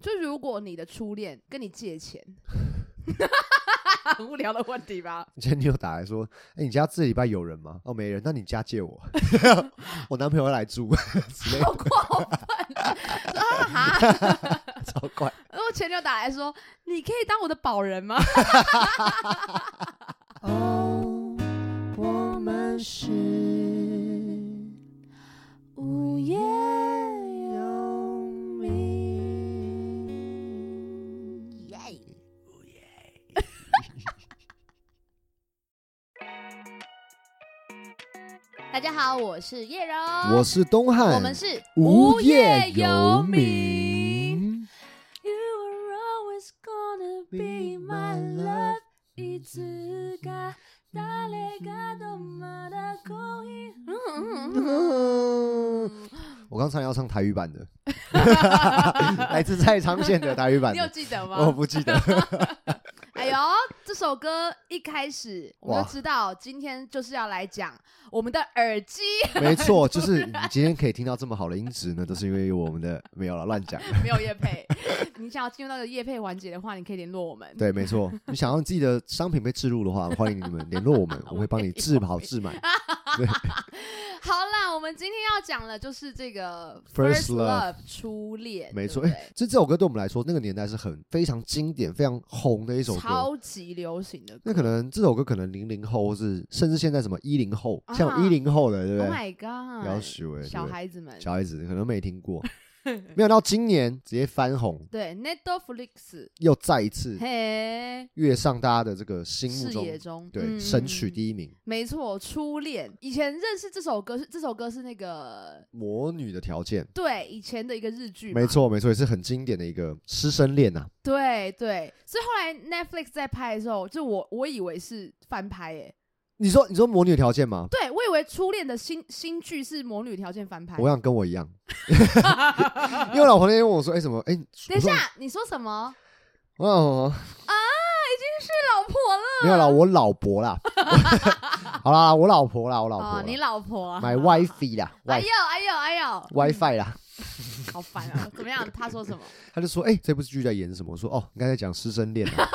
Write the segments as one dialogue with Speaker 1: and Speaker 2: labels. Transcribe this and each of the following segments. Speaker 1: 就如果你的初恋跟你借钱，很 无聊的问题吧？
Speaker 2: 今天你有打来说，哎、你家这礼拜有人吗？哦，没人，那你家 借我，我男朋友要来住之类的，
Speaker 1: 好过分啊！ 哈，
Speaker 2: 超怪。
Speaker 1: 然后前女友打来说：“你可以当我的保人吗
Speaker 2: 哦，我们是无业游民。耶，无业。？”
Speaker 1: 大家好，我是叶柔，
Speaker 2: 我是东汉，
Speaker 1: 啊我们是
Speaker 2: 无业
Speaker 1: 游
Speaker 2: 游。民。
Speaker 1: You are always gonna be
Speaker 2: be
Speaker 1: my love.
Speaker 2: my love.
Speaker 1: いつ
Speaker 2: 嗯
Speaker 1: か誰かとまだ恋。
Speaker 2: 我刚才要唱台语版的，来自蔡昌宪的台语版
Speaker 1: 你有
Speaker 2: 的，
Speaker 1: 记得吗？
Speaker 2: 我不记 得。
Speaker 1: 哎呦，这首歌一开始我们
Speaker 2: 哇
Speaker 1: 就知道，今天就是要来讲我们的耳机，
Speaker 2: 没错，就是你今天可以听到这么好的音质呢，都是因为我们的没有了乱讲。
Speaker 1: 没有叶 配。你想要进入到叶配环节的话，你可以联络我 们。
Speaker 2: 对，没错，你想要自己的商品被置入的话，欢迎 你们联络我们，我会帮你置好置
Speaker 1: 哎
Speaker 2: 满。
Speaker 1: 好啦，我们今天要讲的就是这个
Speaker 2: First
Speaker 1: love 初恋，
Speaker 2: 没错哎
Speaker 1: 对不对
Speaker 2: 这这首歌对我们来说，那个年代是很非常经典、非常红的一首歌。
Speaker 1: 超级流行的歌。
Speaker 2: 那可能这首歌可能零零后，或是甚至现在什么一零后，
Speaker 1: 啊
Speaker 2: 像一零后的，对不
Speaker 1: Oh
Speaker 2: 对？
Speaker 1: my god！
Speaker 2: 不要虚伪，
Speaker 1: 小
Speaker 2: 对不对
Speaker 1: 孩子们，
Speaker 2: 小孩子可能没 听过，没想到今年直接翻红，
Speaker 1: 对 Netflix，
Speaker 2: 又再一次
Speaker 1: 嘿，
Speaker 2: 跃上大家的这个心目
Speaker 1: 视
Speaker 2: 中
Speaker 1: 野，中，
Speaker 2: 对
Speaker 1: 嗯
Speaker 2: 神曲第一名。
Speaker 1: 没错，初恋。以前认识这首歌是这首歌是那个
Speaker 2: 魔女的条件，
Speaker 1: 对以前的一个日剧，
Speaker 2: 没，错没错，也是很经典的一个师生恋啊呐、
Speaker 1: 对对。所以后来 Netflix 在拍的时候，就我我以为是翻拍诶、
Speaker 2: 你说你说魔女的条件吗？
Speaker 1: 对我以为初恋的新新剧是《魔女条件》翻拍。
Speaker 2: 我想跟我一样， 因为我老婆那天问我说：“哎、什么？哎、
Speaker 1: 等一下，啊你说什么？
Speaker 2: 我说，哦，
Speaker 1: 老婆了
Speaker 2: 没有啦，我老婆啦， 好啦，我老婆啦，我老婆
Speaker 1: 哦，
Speaker 2: 啦
Speaker 1: 你老婆啊？
Speaker 2: 买 WiFi 啦
Speaker 1: 哎
Speaker 2: ，Wi
Speaker 1: 呦哎呦哎呦，
Speaker 2: WiFi 啦。
Speaker 1: 好烦啊！怎么样？他说 什么？
Speaker 2: 他就说：“哎、这部剧在演什么？”我说：“哦，应该在讲师生恋、 啊。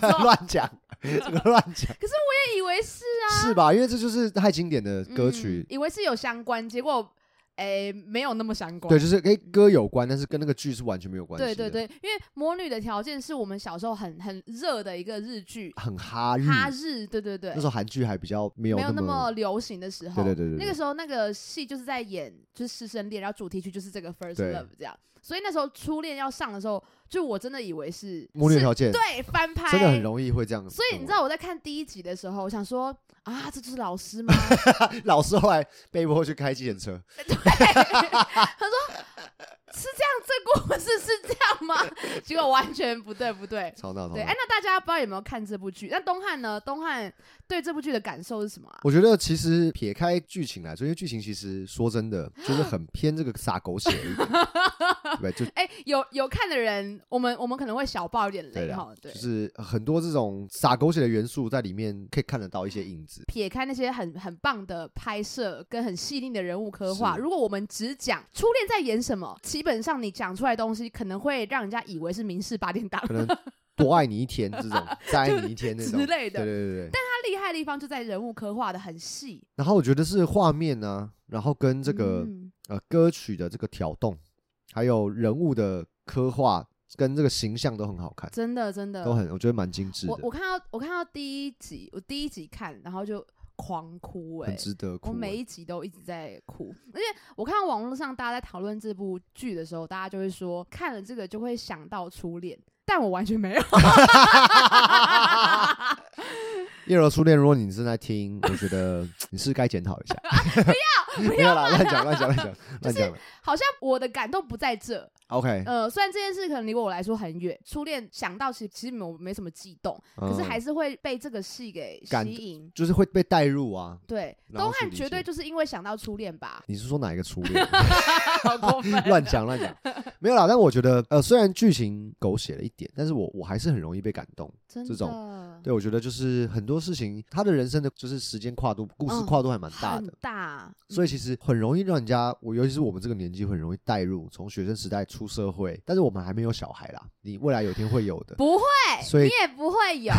Speaker 1: 错”
Speaker 2: 乱讲， 这个乱讲
Speaker 1: 我也以为是
Speaker 2: 是吧？因为这就是太经典的歌曲
Speaker 1: 嗯，以为是有相关，结果诶、没有那么相关。
Speaker 2: 对，就是跟歌有关，但是跟那个剧是完全没有关系。
Speaker 1: 对嗯对，对，因为《魔女的条件》是我们小时候很很热的一个日剧，
Speaker 2: 很哈日，
Speaker 1: 哈日，对对对
Speaker 2: 那时，候韩剧还比较没有
Speaker 1: 没有
Speaker 2: 那
Speaker 1: 那
Speaker 2: 么
Speaker 1: 么流行的时候，
Speaker 2: 对对对对对
Speaker 1: 那个时候那个戏就是在演就是师生恋，然后主题曲就是这个 First
Speaker 2: 对
Speaker 1: Love 这样，所以那时候初恋要上的时候，就我真的以为是
Speaker 2: 魔女
Speaker 1: 是
Speaker 2: 条件，
Speaker 1: 对翻拍，
Speaker 2: 真的很容易嗯会这样。
Speaker 1: 所以你知道我在看第一集的时候，我想说啊，这就是老师吗？
Speaker 2: 嗯， 老师后来被迫去开计程车，
Speaker 1: 是这样，这故事是这样吗？ 结果完全不对，不对。
Speaker 2: 吵闹吵
Speaker 1: 对，
Speaker 2: 闹
Speaker 1: 哎，。那大家不知道有没有看这部剧？那东汉呢？东汉对这部剧的感受是什么啊？
Speaker 2: 我觉得其实撇开剧情来说，因为剧情其实说 真的就是很偏这个撒狗血而已， 对吧？就
Speaker 1: 哎，有有看的人，我们我们可能会小爆一点
Speaker 2: 对
Speaker 1: 泪
Speaker 2: 啦
Speaker 1: 哈。对
Speaker 2: 就，是很多这种撒狗血的元素在里面可以看得到一些影 子。
Speaker 1: 撇开那些很很棒的拍摄跟很细腻的人物刻画，
Speaker 2: 是
Speaker 1: 如果我们只讲初恋在演什么，基本上你讲出来的东西可能会让人家以为是民事八点档
Speaker 2: 可能多爱你一天这 种，再爱你一天那种
Speaker 1: 之类的
Speaker 2: 对对对对。
Speaker 1: 它厉害的地方就在人物刻画的很细。
Speaker 2: 然后我觉得是画面呢、然后跟这个、
Speaker 1: 嗯
Speaker 2: 呃歌曲的这个挑动，还有人物的刻画跟这个形象都很好看，
Speaker 1: 真的真的
Speaker 2: 都很我觉得蛮精致
Speaker 1: 我
Speaker 2: 的，
Speaker 1: 我看到我看到第一集，我第一集看，然后就狂哭哎、
Speaker 2: 很值得哭
Speaker 1: 我
Speaker 2: 欸。
Speaker 1: 每一集都一直在哭，而且我看到网络上大家在讨论这部剧的时候，大家就会说看了这个就会想到初恋，但我完全没有。
Speaker 2: 叶柔初恋，如果你正在听，我觉 得你是该检讨一下。
Speaker 1: 不
Speaker 2: 没有
Speaker 1: 要
Speaker 2: 啦，乱讲乱讲 乱讲乱
Speaker 1: 就是
Speaker 2: 讲了。
Speaker 1: 好像我的感动不在这。
Speaker 2: OK，
Speaker 1: 呃，虽然这件事可能离我来说很远，初恋想到其实其实没有没什么悸动，可是
Speaker 2: 嗯
Speaker 1: 还是会被这个戏给
Speaker 2: 感
Speaker 1: 吸引。
Speaker 2: 就是会被带入啊。
Speaker 1: 对，
Speaker 2: 然后
Speaker 1: 东
Speaker 2: 去
Speaker 1: 汉
Speaker 2: 理
Speaker 1: 绝对
Speaker 2: 解
Speaker 1: 就是因为想到初恋吧，
Speaker 2: 你是说哪一个初恋？
Speaker 1: 好过分
Speaker 2: 乱讲乱讲，没有啦。但我觉得，呃，虽然剧情狗血了一点，但是我我还是很容易被感动。
Speaker 1: 真
Speaker 2: 这种
Speaker 1: 的
Speaker 2: 对，我觉得就是很多事情，他的人生的就是时间跨度、故事
Speaker 1: 嗯
Speaker 2: 跨度还蛮大
Speaker 1: 很
Speaker 2: 的，
Speaker 1: 大，
Speaker 2: 所以其实很容易让人家，我尤其是我们这个年纪，很容易带入从学生时代出社会，但是我们还没有小孩啦，你未来有一天会有的，
Speaker 1: 不会，
Speaker 2: 所以
Speaker 1: 你也不会有。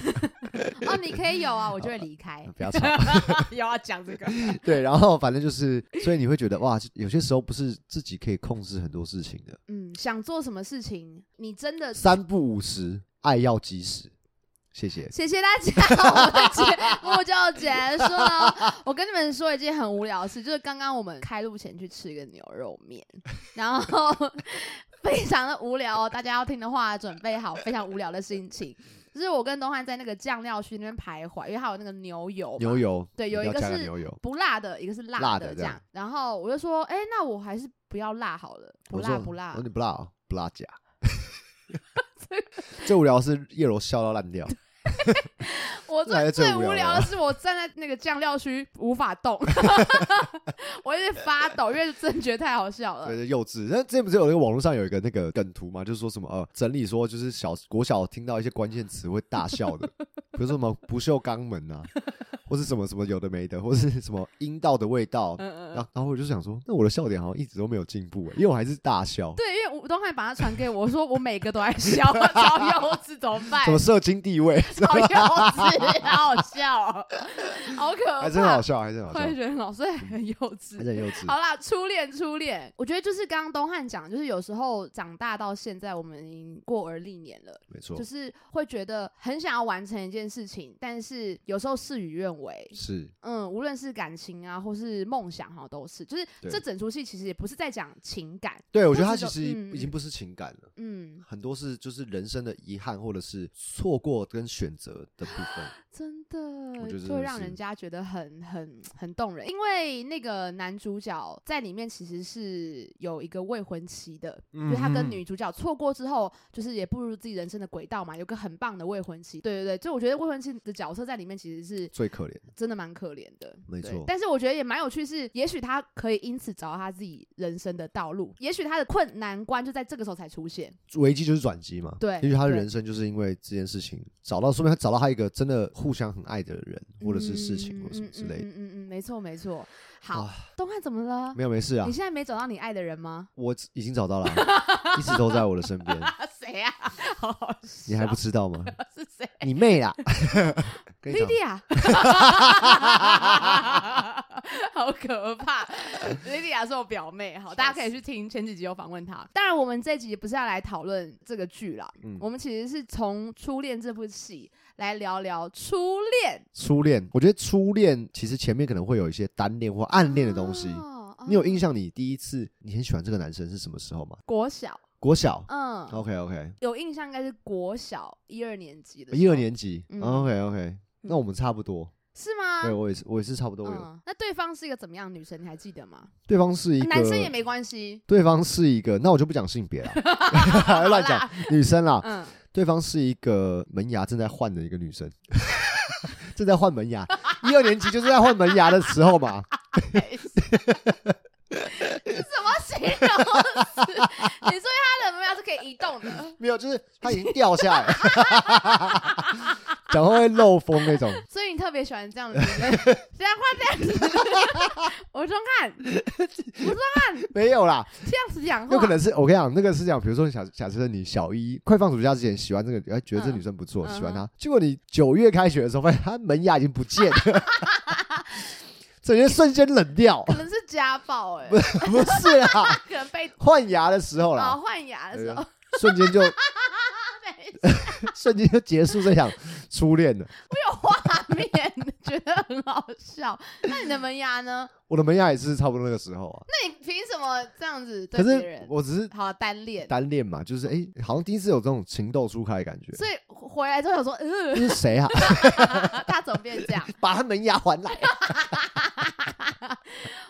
Speaker 1: 哦，你可以有啊，我就会离开。
Speaker 2: 嗯不要吵。
Speaker 1: 又要讲这个，
Speaker 2: 对，然后反正就是，所以你会觉得哇，有些时候不是自己可以控制很多事情的，
Speaker 1: 嗯，想做什么事情，你真的
Speaker 2: 三不五时，爱要及时。谢谢。
Speaker 1: 谢谢大家，我的节目就结束了。我跟你们说一件很无聊的事，就是刚刚我们开录前去吃一个牛肉面，然后非常的无聊哦。大家要听的话，准备好非常无聊的心情。就是我跟东汉在那个酱料区那边徘徊，因为它有那个牛油嘛，
Speaker 2: 牛油，
Speaker 1: 对
Speaker 2: 一
Speaker 1: 有
Speaker 2: 定
Speaker 1: 一个
Speaker 2: 要加
Speaker 1: 是
Speaker 2: 牛油。
Speaker 1: 不辣的，一个是辣
Speaker 2: 辣的
Speaker 1: 的
Speaker 2: 这
Speaker 1: 这
Speaker 2: 样
Speaker 1: 样。然后我就说，哎、那我还是不要辣好了，不
Speaker 2: 我
Speaker 1: 辣
Speaker 2: 说
Speaker 1: 不辣
Speaker 2: 我说。你不辣哦，不 辣假。最无聊的是叶柔笑到烂掉，
Speaker 1: 我
Speaker 2: 这
Speaker 1: 最
Speaker 2: 才是最
Speaker 1: 最
Speaker 2: 无
Speaker 1: 无
Speaker 2: 聊
Speaker 1: 聊
Speaker 2: 的
Speaker 1: 的是，我站在那个酱料区无法动， 我一直发抖，因为真的觉得太好笑了
Speaker 2: 对，。就幼稚。那之前不是有那个网络上有一个那个梗图嘛，就是说什么呃，整理说就是小国小听到一些关键词会大笑的，比如说什么不锈钢门啊，或是什么什么有的没的，或是什么阴道的味道。
Speaker 1: 嗯嗯
Speaker 2: 然
Speaker 1: 嗯，
Speaker 2: 后然后我就想说，那我的笑点好像一直都没有进步欸，因为我还是大笑。
Speaker 1: 对，因为吴东汉把它传给我，我说我每个都在笑， 超幼稚，怎么办
Speaker 2: 什？么社经地位，
Speaker 1: 超幼 稚，好好笑哦，好可怕，
Speaker 2: 还是很好笑，还是很好
Speaker 1: 我
Speaker 2: 笑
Speaker 1: 也，觉得很好，所以很幼稚
Speaker 2: 还。是很幼稚。
Speaker 1: 好啦，初恋，初恋，我觉得就是刚刚东汉讲，就是有时候长大到现在，我们已经过而立年了，
Speaker 2: 没错
Speaker 1: 就，是会觉得很想要完成一件事情，但是有时候事与愿违。
Speaker 2: 是
Speaker 1: 嗯，无论是感情啊，或是梦想，哈，都是，就是
Speaker 2: 对
Speaker 1: 这整出戏其实也不是在讲情感，
Speaker 2: 对我觉得
Speaker 1: 不
Speaker 2: 他
Speaker 1: 止
Speaker 2: 其
Speaker 1: 都
Speaker 2: 实
Speaker 1: 嗯
Speaker 2: 已经不是情感了。
Speaker 1: 嗯，
Speaker 2: 很多是就是人生的遗憾，或者是错过跟选择的部分。
Speaker 1: 真的
Speaker 2: 觉得真
Speaker 1: 就
Speaker 2: 的
Speaker 1: 让
Speaker 2: 是
Speaker 1: 人家觉得很很很动人，因为那个男主角在里面其实是有一个未婚妻的，
Speaker 2: 嗯
Speaker 1: 就是他跟女主角错过之后，就是也步入自己人生的轨道嘛，有个很棒的未婚妻。对对对，就我觉得未婚妻的角色在里面其实是
Speaker 2: 最可怜的，
Speaker 1: 真的蛮可怜的，
Speaker 2: 没
Speaker 1: 对
Speaker 2: 错
Speaker 1: 但是我觉得也蛮有趣是，也许他可以因此找到他自己人生的道路，也许他的困难关就在这个时候才出现。
Speaker 2: 危机就是转机嘛。
Speaker 1: 对
Speaker 2: 也许他的
Speaker 1: 对
Speaker 2: 人生就是因为这件事情找到，说明他找到他一个真的互相很爱的人，或者是事情，
Speaker 1: 嗯
Speaker 2: 或者什么之类
Speaker 1: 嗯
Speaker 2: 的。
Speaker 1: 嗯嗯嗯，没错没错。好
Speaker 2: 啊，
Speaker 1: 东汉怎么了？
Speaker 2: 没有没事啊
Speaker 1: 你，现在没找到你爱的人吗？
Speaker 2: 我已经找到了啊，一直都在我的身 边。
Speaker 1: 啊，谁啊？好好
Speaker 2: 你还不知道吗？
Speaker 1: 笑是谁？
Speaker 2: 你妹 啦！跟你
Speaker 1: 莉
Speaker 2: 讲，
Speaker 1: 莉亚， 好可怕！莉莉亚是我表妹，好，大家可以去听前几集有访问她。当然，我们这集不是要来讨论这个剧啦，
Speaker 2: 嗯
Speaker 1: 我们其实是从《初恋》这部戏来聊聊初恋
Speaker 2: 初恋，我觉得初恋其实前面可能会有一些单恋或暗恋的东西。
Speaker 1: 哦
Speaker 2: 你有
Speaker 1: 哦
Speaker 2: 印象你第一次你很喜欢这个男生是什么时候吗？
Speaker 1: 国小，
Speaker 2: 国小。
Speaker 1: 嗯，
Speaker 2: OK OK，
Speaker 1: 有印象应该是国小一二年级的时候，
Speaker 2: 一二年级、
Speaker 1: 嗯
Speaker 2: o k OK，那我们差不多，
Speaker 1: 是吗？
Speaker 2: 对我也是，我也是差不多有。
Speaker 1: 嗯，那对方是一个怎么样的女生？你还记得吗？啊
Speaker 2: 对方是一个，
Speaker 1: 男生也没关系，
Speaker 2: 对方是一个，那我就不讲性别 了，
Speaker 1: 好
Speaker 2: 乱
Speaker 1: 啦
Speaker 2: 讲，女生啦，
Speaker 1: 嗯，
Speaker 2: 对方是一个门牙正在换的一个女生， 正在换门牙，一二年级就是在换门牙的时候嘛，
Speaker 1: 没事什么形容词？你说他的门牙是可以移动的，
Speaker 2: 没有，就是它已经掉下来了， 讲话会漏风那种，
Speaker 1: 所以你特别喜欢这样子的人，现在换这样子，我说看
Speaker 2: 没有啦，
Speaker 1: 这样子讲话，
Speaker 2: 有可能是我跟你讲，那个是这样，比如说假假设你小一快放暑假之前喜欢这个，哎，觉得这
Speaker 1: 嗯
Speaker 2: 女生不错，
Speaker 1: 嗯哼
Speaker 2: 喜欢她，结果你九月开学的时候发现她门牙已经不见了，整个瞬间冷 掉，
Speaker 1: 可能是家暴哎、
Speaker 2: 不是啦，
Speaker 1: 可能被
Speaker 2: 换牙的时候
Speaker 1: 啊
Speaker 2: 啦，
Speaker 1: 换牙的时候，
Speaker 2: 瞬间就
Speaker 1: 没事
Speaker 2: 瞬间就结束这场初恋了。
Speaker 1: 有画面，觉得很好笑。那你的门牙呢？
Speaker 2: 我的门牙也是差不多那个时候啊，
Speaker 1: 那你凭什么这样子对
Speaker 2: 可
Speaker 1: 别
Speaker 2: 是
Speaker 1: 人？
Speaker 2: 我只是
Speaker 1: 好单恋，
Speaker 2: 单恋嘛，就是哎，好像第一次有这种情窦初开的感觉。
Speaker 1: 所以回来之后想说，
Speaker 2: 这
Speaker 1: 呃，
Speaker 2: 是谁啊？
Speaker 1: 大总变这样。
Speaker 2: 把他门牙还 来。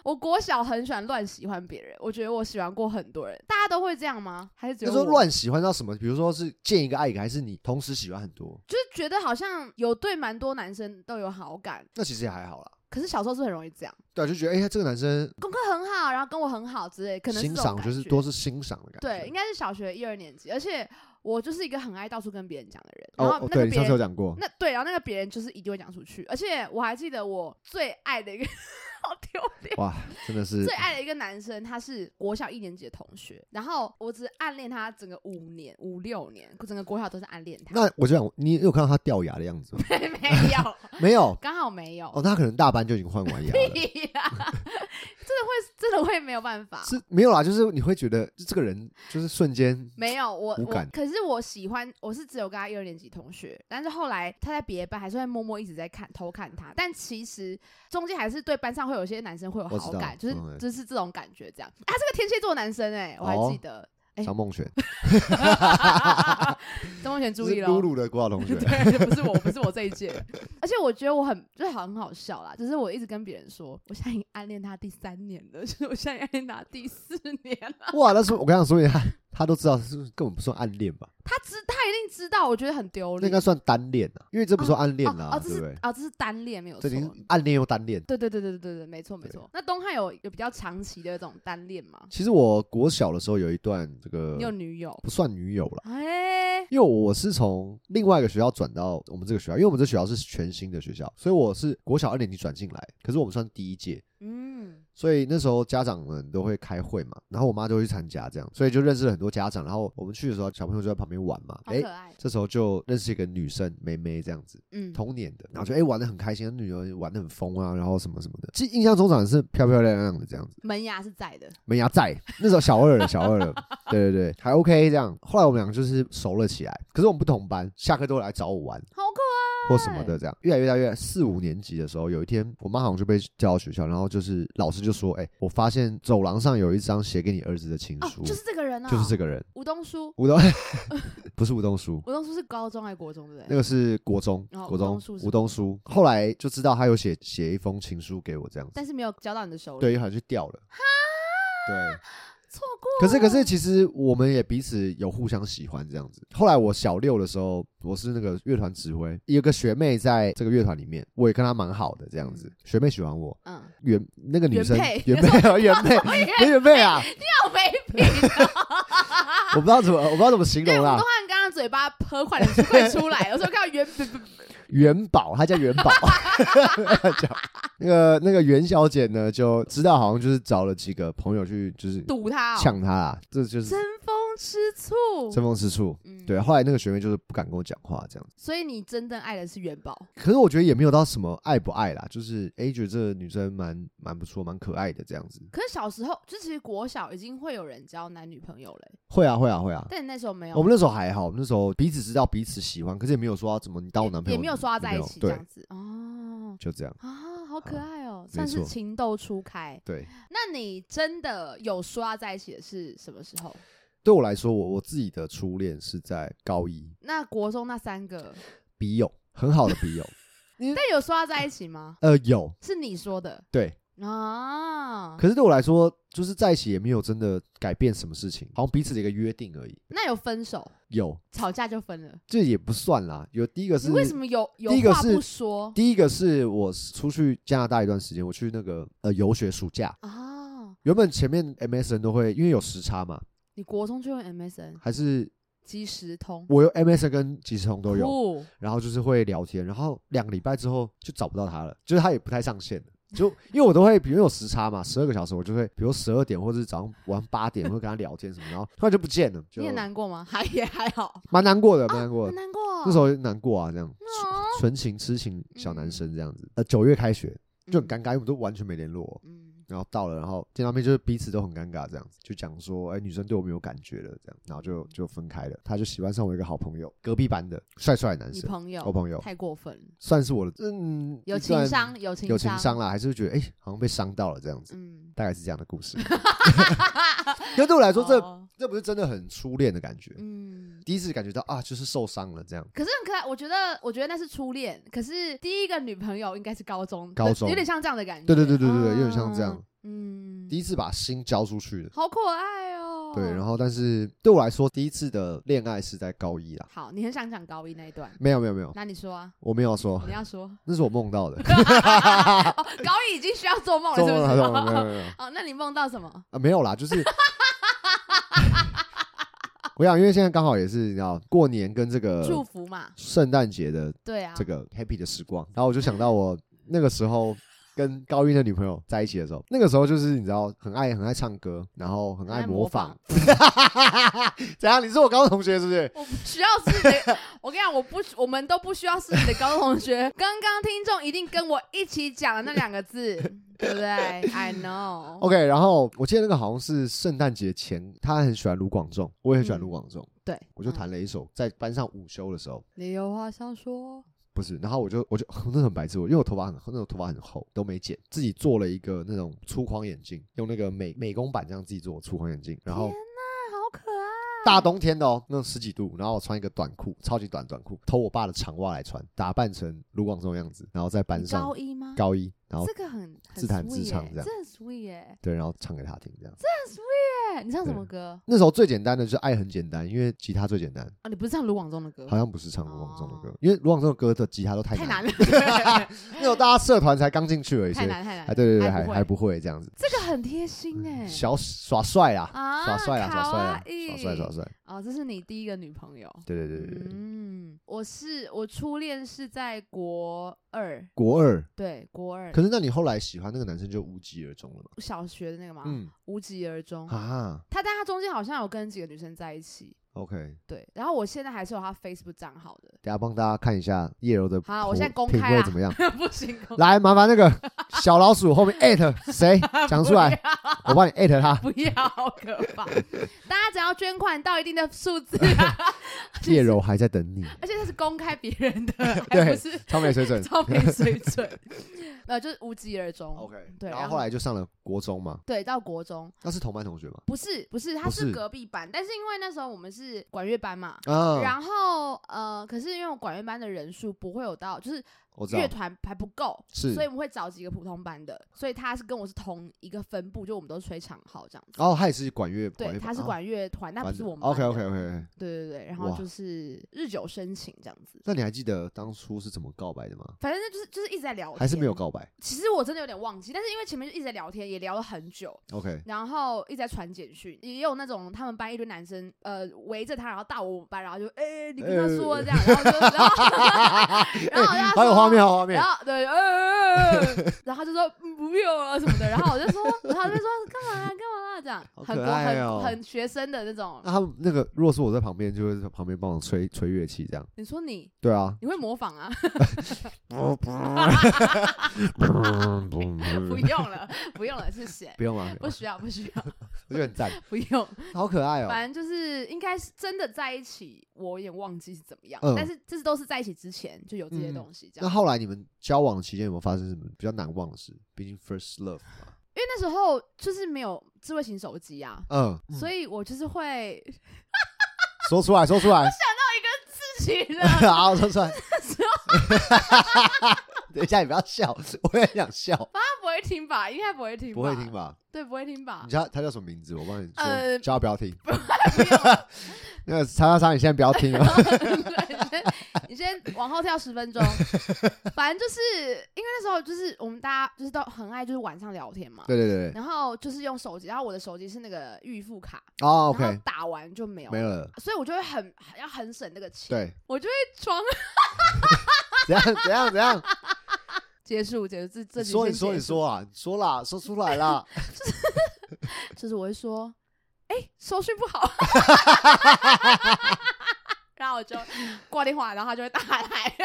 Speaker 1: 我国小很喜欢乱喜欢别人，我觉得我喜欢过很多人，大家都会这样吗？还是只
Speaker 2: 就
Speaker 1: 有
Speaker 2: 说
Speaker 1: 我
Speaker 2: 乱喜欢到什么？比如说是见一个爱一个，还是你同时喜欢很多？
Speaker 1: 就是觉得好像有对蛮多男生都有好感，
Speaker 2: 那其实也还好啦。
Speaker 1: 可是小时候是很容易这样，
Speaker 2: 对啊，就觉得哎、呀，这个男生
Speaker 1: 功课很好，然后跟我很好之类，可能是
Speaker 2: 欣
Speaker 1: 这种
Speaker 2: 赏
Speaker 1: 感
Speaker 2: 就是
Speaker 1: 觉
Speaker 2: 多是欣赏的感觉。
Speaker 1: 对，应该是小学一二年级，而且我就是一个很爱到处跟别人讲的人，然
Speaker 2: 哦
Speaker 1: 后
Speaker 2: 哦，
Speaker 1: 那个
Speaker 2: 对你
Speaker 1: 别
Speaker 2: 上
Speaker 1: 人、
Speaker 2: 次有 讲过，
Speaker 1: 那对，然后那个别人就是一定会讲出去，而且我还记得我最爱的一个 好丢脸。
Speaker 2: 哇，真的是
Speaker 1: 最爱的一个男生，他是国小一年级的同学，然后我只暗恋他整个五年、五六年，整个国小都是暗恋他。
Speaker 2: 那我就想，你有看到他掉牙的样 子吗？
Speaker 1: 没有，
Speaker 2: 没有
Speaker 1: 刚好没有。
Speaker 2: 哦，那他可能大班就已经换完牙了。
Speaker 1: 屁呀真的会，真的会没有办法。
Speaker 2: 是没有啦，就是你会觉得就这个人就是瞬间
Speaker 1: 没有我
Speaker 2: 无
Speaker 1: 我
Speaker 2: 感，
Speaker 1: 可是我喜欢，我是只有跟他一二年级同学，但是后来他在别的班还是会默默一直在看偷看他，但其实中间还是对班上会有些男生会有
Speaker 2: 我知
Speaker 1: 好
Speaker 2: 道
Speaker 1: 感，就是、
Speaker 2: 嗯
Speaker 1: 就是这种感觉这样。啊，这个天蝎座男生哎、我
Speaker 2: 哦
Speaker 1: 还记得， 哎
Speaker 2: 张梦璇，
Speaker 1: 张梦璇
Speaker 2: 就
Speaker 1: 注
Speaker 2: 是
Speaker 1: 意哦喽
Speaker 2: 露，露的国小同学，
Speaker 1: 对，不是我，不是我这一届，而且我觉得我很就是好很好笑啦，就是我一直跟别人说，我现在已经暗恋他第三年了， 就是我现在已经暗恋他第四年了，
Speaker 2: 哇，那是我刚想说，他他都知道是根本不算暗恋吧？
Speaker 1: 他知他一定知道，我觉得很丢
Speaker 2: 那
Speaker 1: 脸
Speaker 2: 应该。算单恋啊，因为这不算暗恋
Speaker 1: 哦
Speaker 2: 啦，
Speaker 1: 哦，这
Speaker 2: 对不对
Speaker 1: 是？哦，这是单恋，没有
Speaker 2: 这
Speaker 1: 错
Speaker 2: 已。经暗恋又单恋。
Speaker 1: 对对对对对对对，没错没
Speaker 2: 对
Speaker 1: 错。那东汉有有比较长期的这种单恋吗？
Speaker 2: 其实我国小的时候有一段这个
Speaker 1: 你有女友？
Speaker 2: 不算女友啦，
Speaker 1: 哎，
Speaker 2: 因为我是从另外一个学校转到我们这个学校，因为我们这学校是全新的学校，所以我是国小二年级转进来，可是我们算第一届，
Speaker 1: 嗯，
Speaker 2: 所以那时候家长们都会开会嘛，然后我妈就会去参加，这样，所以就认识了很多家长。然后我们去的时候，小朋友就在旁边玩嘛，
Speaker 1: 好
Speaker 2: 哎、
Speaker 1: 可爱。
Speaker 2: 这时候就认识一个女生妹妹这样子，
Speaker 1: 嗯，
Speaker 2: 同年的，然后就哎、玩的很开心，女儿玩的很疯啊，然后什么什么的，记印象中长得是漂漂亮亮的这样子，
Speaker 1: 门牙是在的。
Speaker 2: 门牙在，那时候小二了，小二了， 对对对，还 OK 这样。后来我们两个就是熟了起来，可是我们不同班，下课都来找我玩
Speaker 1: 好可
Speaker 2: 或什么的，这样越来越大越来四五年级的时候，有一天我妈好像就被叫到学校，然后就是老师就说：“哎、我发现走廊上有一张写给你儿子的情
Speaker 1: 爱
Speaker 2: 书，
Speaker 1: 哦，就是这个人啊，哦
Speaker 2: 就是这
Speaker 1: 个
Speaker 2: 个人，
Speaker 1: 吴东书，
Speaker 2: 吴东 不是吴东书，
Speaker 1: 吴东书是高中还是国中对不
Speaker 2: 那
Speaker 1: 对？
Speaker 2: 个是国中，
Speaker 1: 哦
Speaker 2: 国
Speaker 1: 吴
Speaker 2: 中
Speaker 1: 东书是
Speaker 2: 吴东书。后来就知道他有写写一封情书给我这样子，
Speaker 1: 但是没有交到你的手里，
Speaker 2: 对，好像就掉了，对。”
Speaker 1: 错过。
Speaker 2: 可是可是，其实我们也彼此有互相喜欢这样子。后来我小六的时候，我是那个乐团指挥，有个学妹在这个乐团里面，我也跟她蛮好的这样子。
Speaker 1: 嗯
Speaker 2: 学妹喜欢我，
Speaker 1: 嗯，
Speaker 2: 原那个女生
Speaker 1: 原配
Speaker 2: 原 配啊原配，没原配啊，
Speaker 1: 要没品。
Speaker 2: 我不知道怎么我不知道怎么形
Speaker 1: 对，
Speaker 2: 容啊
Speaker 1: 吴东
Speaker 2: 啦。
Speaker 1: 汉刚刚嘴巴喷快点快出来，有时候看到原
Speaker 2: 元宝，她叫元宝， 叫那个那个袁小姐呢，就知道好像就是找了几个朋友去就是
Speaker 1: 堵他哦，
Speaker 2: 呛她啦，这就是
Speaker 1: 争风吃醋。
Speaker 2: 争风吃醋。
Speaker 1: 嗯，
Speaker 2: 对，啊后来那个学妹就是不敢跟我讲话这样。
Speaker 1: 所以你真正爱的是元宝。
Speaker 2: 可是我觉得也没有到什么爱不爱啦，就是哎、诶觉得这个女生蛮蛮不错，蛮可爱的这样子。
Speaker 1: 可是小时候，就其实国小已经会有人交男女朋友了欸、
Speaker 2: 会啊，会啊，会啊。
Speaker 1: 但你那时候没有，
Speaker 2: 我们那时候还好，我们那时候彼此知道彼此喜欢，可是也没有说要怎么你当我男朋友，
Speaker 1: 也没有说要在
Speaker 2: 女
Speaker 1: 一
Speaker 2: 朋友
Speaker 1: 起这
Speaker 2: 对
Speaker 1: 样，子哦。
Speaker 2: 就这样。
Speaker 1: 啊，好可爱哦，
Speaker 2: 没
Speaker 1: 算是
Speaker 2: 错
Speaker 1: 情窦初开。
Speaker 2: 对，
Speaker 1: 那你真的有说要在一起的是什么时候？
Speaker 2: 对我来说，我我自己的初恋是在高一，
Speaker 1: 那国中那三个，
Speaker 2: 笔友，很好的笔友。
Speaker 1: 但有说要在一起吗？
Speaker 2: 呃，有
Speaker 1: 是你说的
Speaker 2: 对，
Speaker 1: 啊？
Speaker 2: 可是对我来说，就是在一起也没有真的改变什么事情，好像彼此的一个约定而已。
Speaker 1: 那有分手，
Speaker 2: 有，
Speaker 1: 吵架就分了。
Speaker 2: 这也不算啦。有第一个
Speaker 1: 你
Speaker 2: 是
Speaker 1: 为什么有有
Speaker 2: 第一个
Speaker 1: 话
Speaker 2: 是
Speaker 1: 不说
Speaker 2: 第一个是我出去加拿大一段时间，我去那个呃游学暑假，
Speaker 1: 啊？
Speaker 2: 原本前面 MSN 都会因为有时差嘛，
Speaker 1: 你国中就用 MSN
Speaker 2: 还是
Speaker 1: 即时通，哦
Speaker 2: 我有 MSN 跟即时通都有，
Speaker 1: 酷
Speaker 2: 然后就是会聊天，然后两个礼拜之后就找不到他了，就是他也不太上线了。就因为我都会，比如有时差嘛，十二个小时，我就会，比如十二点或者是早上晚上八点，我会跟他聊天什么，然后突然就不见了，就
Speaker 1: 你也难过吗？ 还也还好，
Speaker 2: 蛮难过的，蛮难过
Speaker 1: 很
Speaker 2: 的。
Speaker 1: 难过哦。
Speaker 2: 那时候难过啊，这样
Speaker 1: 哦嗯
Speaker 2: 纯情痴情小男生这样子。呃，九月开学就很尴尬，因为我们都完全没联络。哦
Speaker 1: 嗯，
Speaker 2: 然后到了，然后见到面就是彼此都很尴尬，这样子就讲说，哎，女生对我没有感觉了，这样，然后就就分开了。他就喜欢上我一个好朋友，隔壁班的帅帅的男
Speaker 1: 你
Speaker 2: 生，
Speaker 1: 朋友
Speaker 2: 我朋友
Speaker 1: 太过分了，
Speaker 2: 算是我的，嗯，
Speaker 1: 有
Speaker 2: 一
Speaker 1: 情
Speaker 2: 段，
Speaker 1: 商，有情
Speaker 2: 有情商啦，还是觉得哎，好像被伤到了这样子，
Speaker 1: 嗯，
Speaker 2: 大概是这样的 故事。可对我来说，这
Speaker 1: 哦
Speaker 2: 这不是真的很初恋的感觉，
Speaker 1: 嗯，
Speaker 2: 第一次感觉到啊，就是受伤了这样。
Speaker 1: 可是很可爱。我觉得，我觉得那是初恋，可是第一个女朋友应该是高中，
Speaker 2: 高中
Speaker 1: 有点像这样的感觉。
Speaker 2: 对对对对对对，
Speaker 1: 啊
Speaker 2: 有点像这样，，
Speaker 1: 嗯
Speaker 2: 第，一次把心交出去的。
Speaker 1: 好可爱哦。哦，
Speaker 2: 对，然后但是对我来说，第一次的恋爱是在高一啦。
Speaker 1: 好，你很想讲高一那一段，
Speaker 2: 没有没有没有，
Speaker 1: 那你说啊，
Speaker 2: 我没有说，
Speaker 1: 你要说
Speaker 2: 那是我梦到的，
Speaker 1: 哦高一已经需要做 梦了，是
Speaker 2: 做
Speaker 1: 不
Speaker 2: 梦了，做梦了，没有
Speaker 1: 是？
Speaker 2: 没有没有
Speaker 1: 哦，那你梦到什么？
Speaker 2: 啊，没有啦，就是，我想，因为现在刚好也是你知道过年跟这个
Speaker 1: 祝福嘛，
Speaker 2: 圣诞节的
Speaker 1: 对啊，
Speaker 2: 呃这个 happy 的时光，然后我就想到我那个时候。跟高一的女朋友在一起的时候，那个时候就是你知道，很爱很爱唱歌，然后很爱
Speaker 1: 爱
Speaker 2: 模
Speaker 1: 模
Speaker 2: 仿
Speaker 1: 仿。
Speaker 2: 怎样？你是我高中同学是不是？
Speaker 1: 我不需要是你的， 我跟你讲，我不，我们都不需要是你的高中同学。刚刚听众一定跟我一起讲了那两个字，对不对？I know，
Speaker 2: OK，然后我记得那个好像是圣诞节前，他很喜欢卢广仲，我也很喜欢卢广仲，
Speaker 1: 对，嗯
Speaker 2: 我就弹了一首，在班上午休的时候，
Speaker 1: 你有话想说，
Speaker 2: 不是，然后我就我就 那很白痴，我因为我头发很那种头发很厚，都没剪，自己做了一个那种粗框眼镜，用那个美美工板这样自己做粗框眼镜，然后
Speaker 1: 天哪，好可爱！
Speaker 2: 大冬天的哦，那种十几度，然后我穿一个短裤，超级短短裤，偷我爸的长袜来穿，打扮成卢广仲的样子，然后在班
Speaker 1: 你
Speaker 2: 上
Speaker 1: 高一吗？
Speaker 2: 高一，然后
Speaker 1: 这个很很
Speaker 2: 自弹自
Speaker 1: sweet
Speaker 2: 唱
Speaker 1: 耶
Speaker 2: 这样
Speaker 1: 这很 sweet 耶，
Speaker 2: 对，然后唱给他听这样。
Speaker 1: 对，你唱什
Speaker 2: 对
Speaker 1: 么歌
Speaker 2: 那时候最简单的就是爱很简单，因为吉他最简单。
Speaker 1: 啊？你不是唱卢广仲的歌
Speaker 2: 好？像不是唱卢广仲的歌
Speaker 1: 哦，
Speaker 2: 因为卢广仲的歌的吉他都太
Speaker 1: 太
Speaker 2: 难
Speaker 1: 难
Speaker 2: 了。
Speaker 1: 了，
Speaker 2: 那时候大家社团才刚进去而已，所
Speaker 1: 太
Speaker 2: 以
Speaker 1: 难太难
Speaker 2: 哎，对对对，
Speaker 1: 还
Speaker 2: 还
Speaker 1: 不会
Speaker 2: 还不会这样子，
Speaker 1: 这个很贴心哎。
Speaker 2: 嗯小耍 帅啦，
Speaker 1: 啊
Speaker 2: 耍帅啦，耍帅啦
Speaker 1: 卡哇，伊
Speaker 2: 耍帅耍帅，
Speaker 1: 哦，这是你第一个女朋友。
Speaker 2: 对对对对对，
Speaker 1: 嗯，我是我初恋是在国二，
Speaker 2: 国二。
Speaker 1: 对，国二
Speaker 2: 可是那你后来喜欢那个男生就无疾而终了嘛？
Speaker 1: 小学的那个嘛，
Speaker 2: 嗯
Speaker 1: 无疾而终。
Speaker 2: 啊
Speaker 1: 他但他中间好像有跟几个女生在一起，
Speaker 2: ，OK，
Speaker 1: 对。然后我现在还是有他 Facebook 账号的，
Speaker 2: 等一下帮大家看一下叶柔的
Speaker 1: 好啦我
Speaker 2: 口
Speaker 1: 现在公
Speaker 2: 品
Speaker 1: 开
Speaker 2: 味
Speaker 1: 啦
Speaker 2: 怎么 样？
Speaker 1: 不行，哦公
Speaker 2: 来，麻烦那个小老鼠后面 艾特谁讲出来，我帮你艾特他。
Speaker 1: 不要，好可怕！ 大家只要捐款到一定的数 字、
Speaker 2: 叶柔还在等你，
Speaker 1: 而且这是公开别人的，还
Speaker 2: 对
Speaker 1: 不是
Speaker 2: 超没 水准。
Speaker 1: 超没水 准， 呃，就是无疾而终。
Speaker 2: OK，
Speaker 1: 对
Speaker 2: 然
Speaker 1: 然
Speaker 2: 后
Speaker 1: 后
Speaker 2: 后来就上了国中嘛，
Speaker 1: 对，到国中
Speaker 2: 那是同班同学嘛？
Speaker 1: 不是不是，他
Speaker 2: 不
Speaker 1: 是
Speaker 2: 是
Speaker 1: 隔壁班，但是因为那时候我们是管乐班嘛，
Speaker 2: 啊，
Speaker 1: 然后呃，可是因为我管乐班的人数不会有到，就是
Speaker 2: 我知道
Speaker 1: 乐，团还不够，
Speaker 2: 是
Speaker 1: 所以我们会找几个普通班的，所以他是跟我是同一个分部，就我们都是吹长号这样子。
Speaker 2: 哦，他也是管乐，
Speaker 1: 对，
Speaker 2: 乐
Speaker 1: 他是
Speaker 2: 哦
Speaker 1: 管乐团，但不是我们。
Speaker 2: OK OK。OK，
Speaker 1: 对对对，然后
Speaker 2: 哇
Speaker 1: 就是日久生情这样子，
Speaker 2: 那你还记得当初是怎么告白的吗？
Speaker 1: 反正就是就是一直在聊天，
Speaker 2: 还是没有。告白
Speaker 1: 其实我真的有点忘记，但是因为前面就一直在聊天，也聊了很久，
Speaker 2: ？OK，
Speaker 1: 然后一直在传简讯，也有那种他们班一堆男生，呃，围着他，然后到我们班，然后就哎、你跟他说这样，然后就 然后然后我就跟他说
Speaker 2: 呃哎好有画面，好有画面
Speaker 1: 然。后对，呃呃呃然后他就说、嗯、不用了什么的，然后我就说，然后他就说干嘛啦啊干嘛啦这样，
Speaker 2: 好
Speaker 1: 很
Speaker 2: 可
Speaker 1: 国
Speaker 2: 爱哦啊
Speaker 1: 很很学生的那种
Speaker 2: 那。他们那个，如果是我在旁边，就会在旁边帮我吹吹乐器这样。
Speaker 1: 你说你
Speaker 2: 对啊，
Speaker 1: 你会模仿啊？不
Speaker 2: 不
Speaker 1: 用了，不用了，谢 谢，
Speaker 2: 用啊，
Speaker 1: 不需要，不需要，
Speaker 2: 我觉得很赞，
Speaker 1: 不用。
Speaker 2: 好可爱哦。
Speaker 1: 反正就是应该是真的在一起，我有点忘记是怎么样，
Speaker 2: 嗯
Speaker 1: 但是这都是在一起之前就有这些
Speaker 2: 嗯
Speaker 1: 东西这
Speaker 2: 那
Speaker 1: 样。
Speaker 2: 后来你们交往期间有没有发生什么比较难忘的事？毕竟 first love 嘛。
Speaker 1: 因为那时候就是没有智慧型手机啊，
Speaker 2: 嗯，
Speaker 1: 所以我就是 会
Speaker 2: 说出来，说出来，
Speaker 1: 自 己的
Speaker 2: 好，说出 来。 等一下，你不要笑，我也想笑。
Speaker 1: 他不会听吧？应该不会听，
Speaker 2: 不会听？吧？
Speaker 1: 对，不会听吧
Speaker 2: 你？知道他叫什么名字？我帮你说，
Speaker 1: 呃
Speaker 2: 叫他不要听。
Speaker 1: 不用
Speaker 2: 那个叉叉叉，你现在不要听哦。
Speaker 1: 你先往后跳十分钟。反正就是因为那时候就是我们大家就是都很爱就是晚上聊天嘛，
Speaker 2: 对对对对，
Speaker 1: 然后就是用手机，然后我的手机是那个预付卡
Speaker 2: 哦
Speaker 1: 然
Speaker 2: ，OK，
Speaker 1: 后打完就没有了
Speaker 2: 没有了。
Speaker 1: 所以我就会很要很省那个钱，
Speaker 2: 对，
Speaker 1: 我就会装
Speaker 2: 怎样怎样 怎样？
Speaker 1: 结束，结束这这
Speaker 2: 你
Speaker 1: 集
Speaker 2: 说
Speaker 1: 先
Speaker 2: 你说
Speaker 1: 结
Speaker 2: 你
Speaker 1: 束，
Speaker 2: 说啊，你说啦，说出 来啦。
Speaker 1: 就是我会说，哎、收讯不好，然后我就挂电话，然后他就会打来，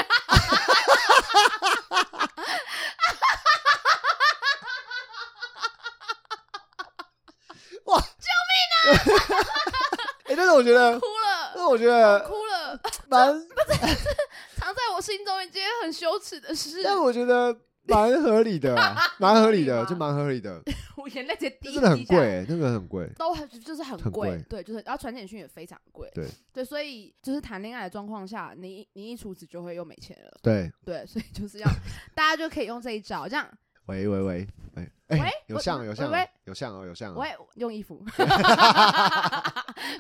Speaker 2: 哎，但是我觉得
Speaker 1: 哭，了，
Speaker 2: 那我觉得
Speaker 1: 哭了，
Speaker 2: 蛮，
Speaker 1: 藏在我心中一件很羞耻的事，
Speaker 2: 但我 觉得蛮合理的啊，蛮合
Speaker 1: 合
Speaker 2: 理
Speaker 1: 理
Speaker 2: 的，
Speaker 1: 吗
Speaker 2: 就蛮合 理的。
Speaker 1: 我眼泪直接滴滴
Speaker 2: 那真的很
Speaker 1: 下来
Speaker 2: 贵，欸，那个很贵。
Speaker 1: 都很就是很
Speaker 2: 很
Speaker 1: 贵，
Speaker 2: 贵
Speaker 1: 对，就是然后传简讯也非常贵，
Speaker 2: 对
Speaker 1: 所以就是谈恋爱的状况下，你一你一出子就会又没钱了，
Speaker 2: 对，
Speaker 1: 对，所以就是要大家就可以用这一招，这样
Speaker 2: 喂喂喂喂，
Speaker 1: 喂
Speaker 2: 哎，有
Speaker 1: 我
Speaker 2: 像有像
Speaker 1: 喂
Speaker 2: 有像哦，有像哦
Speaker 1: 我。 也用衣服，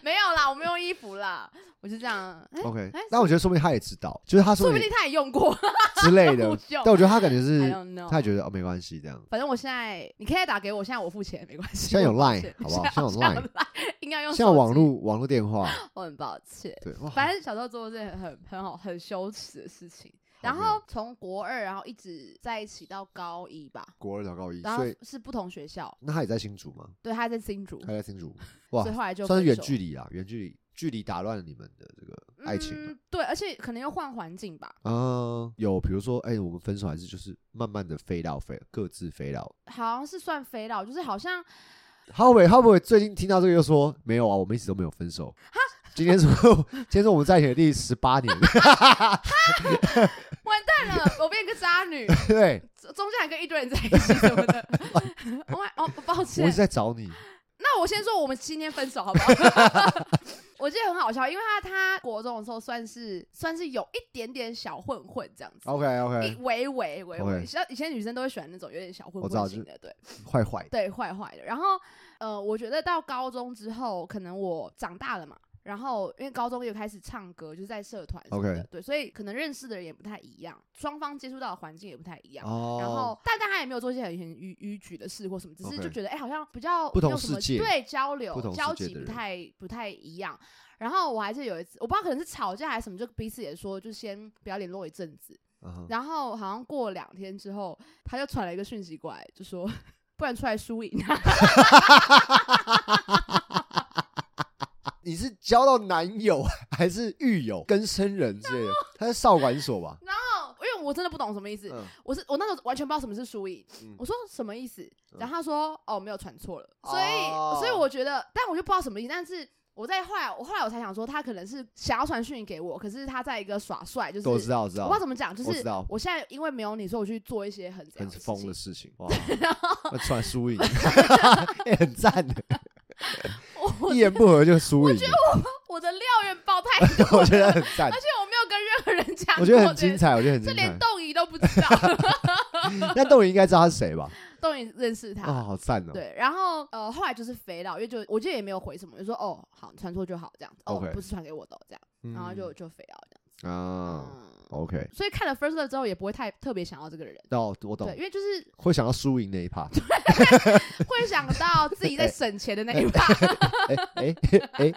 Speaker 1: 没有啦，我没用衣服啦，我是这样，哎
Speaker 2: OK，
Speaker 1: 哎
Speaker 2: 但我觉得说不定他也知道，就是他
Speaker 1: 说
Speaker 2: 说
Speaker 1: 不
Speaker 2: 你
Speaker 1: 定他也用过
Speaker 2: 之类
Speaker 1: 我
Speaker 2: 的
Speaker 1: 就，
Speaker 2: 但我觉得他感觉
Speaker 1: ，I
Speaker 2: 是
Speaker 1: don't know，
Speaker 2: 他也觉得哦没关系这样。
Speaker 1: 反正我现在你可以打给我，现在我付钱没关系。
Speaker 2: 现在有
Speaker 1: 我付钱
Speaker 2: Line，好不
Speaker 1: 现
Speaker 2: 好
Speaker 1: 在
Speaker 2: 现在有
Speaker 1: Line，应该用
Speaker 2: 像
Speaker 1: 手
Speaker 2: 网
Speaker 1: 机，
Speaker 2: 络网络电话，
Speaker 1: 我很抱歉。
Speaker 2: 对，哇，
Speaker 1: 反正小时候做的是很很好很羞耻的事情。然
Speaker 2: 没有
Speaker 1: 后从国二，然后一直在一起到高一吧，
Speaker 2: 国二到高一，
Speaker 1: 然后
Speaker 2: 所以
Speaker 1: 是不同学校，
Speaker 2: 那他也在新竹吗？
Speaker 1: 对，他在新竹，
Speaker 2: 他在 新竹，哇
Speaker 1: 所以，后来就
Speaker 2: 算
Speaker 1: 分
Speaker 2: 是远
Speaker 1: 手
Speaker 2: 距离啊，远距离，距离打乱了你们的这个爱情了。
Speaker 1: 嗯，对，而且可能又换环境吧，嗯
Speaker 2: 啊，有比如说，哎，我们分手还是就是慢慢的飞到飞，各自飞到。
Speaker 1: 好像是算肥佬，就是好像
Speaker 2: 浩伟，浩伟最近听到这个又说没有啊，我们一直都没有分手。今天是今天是我们在一起的第十八年，
Speaker 1: 完蛋了，我变个渣女，
Speaker 2: 对
Speaker 1: 中中间还跟一堆人在一起什么的， 我哦，抱歉，
Speaker 2: 我一直在找你。
Speaker 1: 那我先说，我们今天分手好不 好？我记得很好笑，因为他他国中的时候算是算是有一点点小混混这样子。
Speaker 2: OK
Speaker 1: 一
Speaker 2: OK，
Speaker 1: 微微微微，
Speaker 2: OK
Speaker 1: 像以前女生都会喜欢那种有点小混
Speaker 2: 我知道
Speaker 1: 混型的，对
Speaker 2: 坏坏的，
Speaker 1: 对，坏坏的。然后呃，我觉得到高中之后，可能我长大了嘛，然后因为高中又开始唱歌，就是在社团什么
Speaker 2: OK
Speaker 1: 的对，所以可能认识的人也不太一样，双方接触到的环境也不太一样。
Speaker 2: 哦，
Speaker 1: 然后，但但他也没有做一些很很逾逾矩的事或什么，只是
Speaker 2: OK
Speaker 1: 就觉得哎、好像比较
Speaker 2: 不同
Speaker 1: 没有什么
Speaker 2: 世界
Speaker 1: 对交流
Speaker 2: 不同世
Speaker 1: 交
Speaker 2: 界
Speaker 1: 集
Speaker 2: 的
Speaker 1: 不
Speaker 2: 人
Speaker 1: 太不太一样。然后我还是有一次，我不知道可能是吵架还是什么，就彼此也说就先不要联络一阵子。
Speaker 2: 嗯哼
Speaker 1: 然后好像过两天之后，他就传了一个讯息过来，就说 不然出来输赢 啊。
Speaker 2: 你是交到男友 还是狱友、跟生人之类的？他在少管所吧？
Speaker 1: 哦因为我真的不懂什么意思，
Speaker 2: 嗯，
Speaker 1: 我是我那时候完全不知道什么是输赢，
Speaker 2: 嗯
Speaker 1: 我说什么意思？
Speaker 2: 嗯
Speaker 1: 然后他说哦，没有传错了，所以、
Speaker 2: 哦
Speaker 1: 所以我觉得，但我就不知道什么意思，但是。我在后来，我后来我才想说，他可能是想要传讯息给我，可是他在一个耍帅，就是
Speaker 2: 我知道，我知
Speaker 1: 我
Speaker 2: 道
Speaker 1: 不知道，怎么讲，就
Speaker 2: 我知
Speaker 1: 是
Speaker 2: 道
Speaker 1: 我现在因为没有你，所以我去做一些很怎
Speaker 2: 很
Speaker 1: 样的事
Speaker 2: 疯
Speaker 1: 情
Speaker 2: 的 事情哇！那突然输赢，哎很赞的，
Speaker 1: 我
Speaker 2: 一言不合就输赢，
Speaker 1: 我的料源爆太多，
Speaker 2: 我觉得很
Speaker 1: 而，
Speaker 2: 赞
Speaker 1: 且我没有跟任何人讲过这件
Speaker 2: 我觉
Speaker 1: 事，
Speaker 2: 得很精彩，我觉得很
Speaker 1: 这
Speaker 2: 精
Speaker 1: 连
Speaker 2: 彩。
Speaker 1: 动仪都不知 道，
Speaker 2: 那豆你应该知道他是谁吧？
Speaker 1: 动仪认识他，
Speaker 2: 啊，好赞哦！
Speaker 1: 对，然后呃，后来就是肥佬，因为就我记得也没有回什么，就说哦，好，传错就好这样子，哦
Speaker 2: OK
Speaker 1: 不是传给我的哦这样，
Speaker 2: 嗯，
Speaker 1: 然后就就肥佬这样子。
Speaker 2: 啊
Speaker 1: 嗯，
Speaker 2: ，OK，
Speaker 1: 所以看了 First Love 之后，也不会太特别想要这个人，
Speaker 2: 那我我懂
Speaker 1: 对，，因为就是
Speaker 2: 会想到输赢那一 趴。
Speaker 1: 会想到自己在省钱的那一趴。
Speaker 2: 哎哎哎，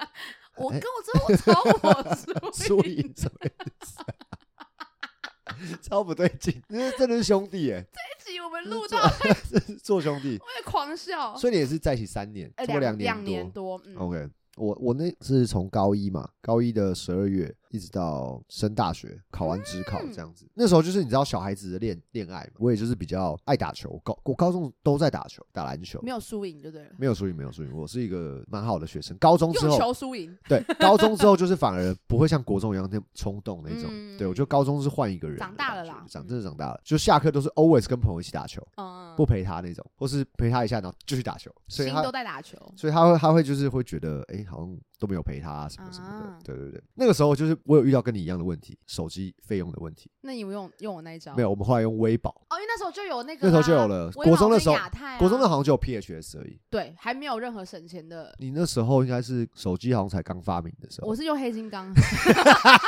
Speaker 1: 我跟我之后我找 我
Speaker 2: 输
Speaker 1: 输赢，
Speaker 2: 赢什么意思？ 超不对 劲，这真的是兄弟哎，
Speaker 1: 这集我们录
Speaker 2: 这
Speaker 1: 到
Speaker 2: 这是 做兄弟。
Speaker 1: 会狂笑，
Speaker 2: 所以你也是在一起三年，
Speaker 1: 呃
Speaker 2: 差不多
Speaker 1: 两
Speaker 2: 年多。哦
Speaker 1: 年多，嗯，
Speaker 2: OK，我我那是从高一嘛，高一的十二月一直到升大学，考完职考
Speaker 1: 嗯
Speaker 2: 这样子。那时候就是你知道小孩子的恋恋爱嘛，我也就是比较爱打球，高我高中都在打球，打篮球
Speaker 1: 嗯没。有输赢就对了，
Speaker 2: 没有输赢，没有输赢，我是一个蛮好的学生。高中之
Speaker 1: 用
Speaker 2: 后，
Speaker 1: 球输赢，
Speaker 2: 对，高中之后就是反而不会像国中一样那么冲动那种。
Speaker 1: 嗯
Speaker 2: 对我觉得高中是换一个人的
Speaker 1: 长
Speaker 2: 感觉，
Speaker 1: 大了啦
Speaker 2: 长真的长大了，就下课都是 always 跟朋友一起打球，
Speaker 1: 嗯，
Speaker 2: 不陪他那种，或是陪他一下，然后就去打球。所以
Speaker 1: 心
Speaker 2: 他
Speaker 1: 都在打球，
Speaker 2: 所以他会他会就是会觉得，哎、好像都没有陪他、啊、什么什么的。
Speaker 1: 啊
Speaker 2: 对对对，那个时候就是我有遇到跟你一样的问题，手机费用的问题。
Speaker 1: 那你有用用我那一招
Speaker 2: 没有，我们后来用微保，
Speaker 1: 哦，因为那时候就有那个
Speaker 2: 那
Speaker 1: 啦，
Speaker 2: 时候就有了
Speaker 1: 威
Speaker 2: 国
Speaker 1: 老
Speaker 2: 中的
Speaker 1: 跟
Speaker 2: 时候
Speaker 1: 亚太啊
Speaker 2: 国中的好像就有 PHS 而已。
Speaker 1: 对，还没有任何省钱的。
Speaker 2: 你那时候应该是手机好像才刚发明的时候
Speaker 1: 我，是用黑金 刚，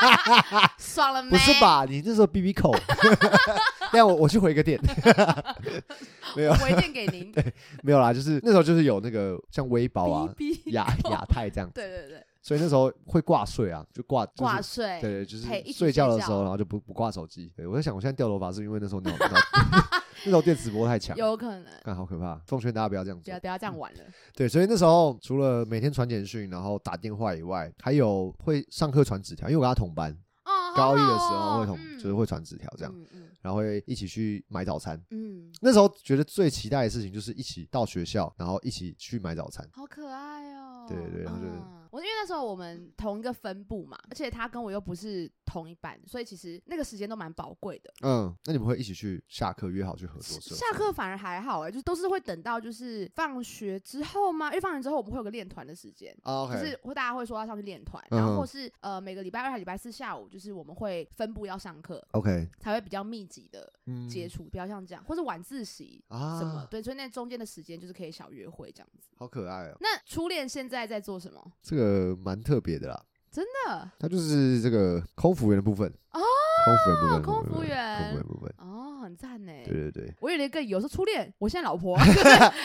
Speaker 1: 爽了没？
Speaker 2: 不是？吧？你那时候 BB 扣， 但我我去回个电，没有
Speaker 1: 回电给 您。
Speaker 2: 没有啦，就是那时候就是有那个像微 保啊、
Speaker 1: B B。
Speaker 2: 亚亚太这样，
Speaker 1: 对对对，
Speaker 2: 所以那时候会挂税啊，就挂就是
Speaker 1: 挂税。
Speaker 2: 对对，就是
Speaker 1: 陪哎一起
Speaker 2: 睡
Speaker 1: 睡
Speaker 2: 觉的时
Speaker 1: 觉
Speaker 2: 候，然后就不不挂手机。对我在想，我现在掉头发是因为那时候 脑脑那时候电磁波太强，
Speaker 1: 有可能，
Speaker 2: 看好可怕。奉劝大家不要这样
Speaker 1: 不
Speaker 2: 做
Speaker 1: 要。不要这样玩了。
Speaker 2: 对，所以那时候除了每天传简讯，然后打电话以外，还有会上课传纸条，因为我跟他同班，
Speaker 1: 哦，
Speaker 2: 高一的
Speaker 1: 好
Speaker 2: 时
Speaker 1: 好哦
Speaker 2: 候会同就是
Speaker 1: 嗯
Speaker 2: 会传纸条这样，
Speaker 1: 嗯嗯
Speaker 2: 然后会一起去买早餐。
Speaker 1: 嗯，
Speaker 2: 那时候觉得最期待的事情就是一起到学校，然后一起去买早餐。
Speaker 1: 好可爱哦。 啊
Speaker 2: 对对对然后就是
Speaker 1: 嗯我因为那时候我们同一个分部嘛，而且他跟我又不是同一班，所以其实那个时间都蛮宝贵的。
Speaker 2: 嗯，那你们会一起去下课约好去合作社？
Speaker 1: 下课反而还好哎、就都是会等到就是放学之后吗？因为放学之后我们会有个练团的时间。
Speaker 2: 啊
Speaker 1: 就
Speaker 2: ，OK，
Speaker 1: 是会大家会说要上去练团，
Speaker 2: 嗯
Speaker 1: 然后或是呃每个礼拜二还礼拜四下午，就是我们会分部要上课，
Speaker 2: OK，
Speaker 1: 才会比较密集的
Speaker 2: 嗯，
Speaker 1: 接触，不要像这样，或是晚自习
Speaker 2: 啊，
Speaker 1: 什么，对，所以那中间的时间就是可以小约会这样子。
Speaker 2: 好可爱哦，
Speaker 1: 那初恋现在在做什么？
Speaker 2: 这个蛮特别的啦。
Speaker 1: 真的
Speaker 2: 它就是这个空服员的部分
Speaker 1: 哦
Speaker 2: 空服员部分，
Speaker 1: 空服
Speaker 2: 空服
Speaker 1: 员
Speaker 2: 员部分，
Speaker 1: 哦，很赞呢。
Speaker 2: 对 对对，
Speaker 1: 我有点更有时候初恋，我现在老婆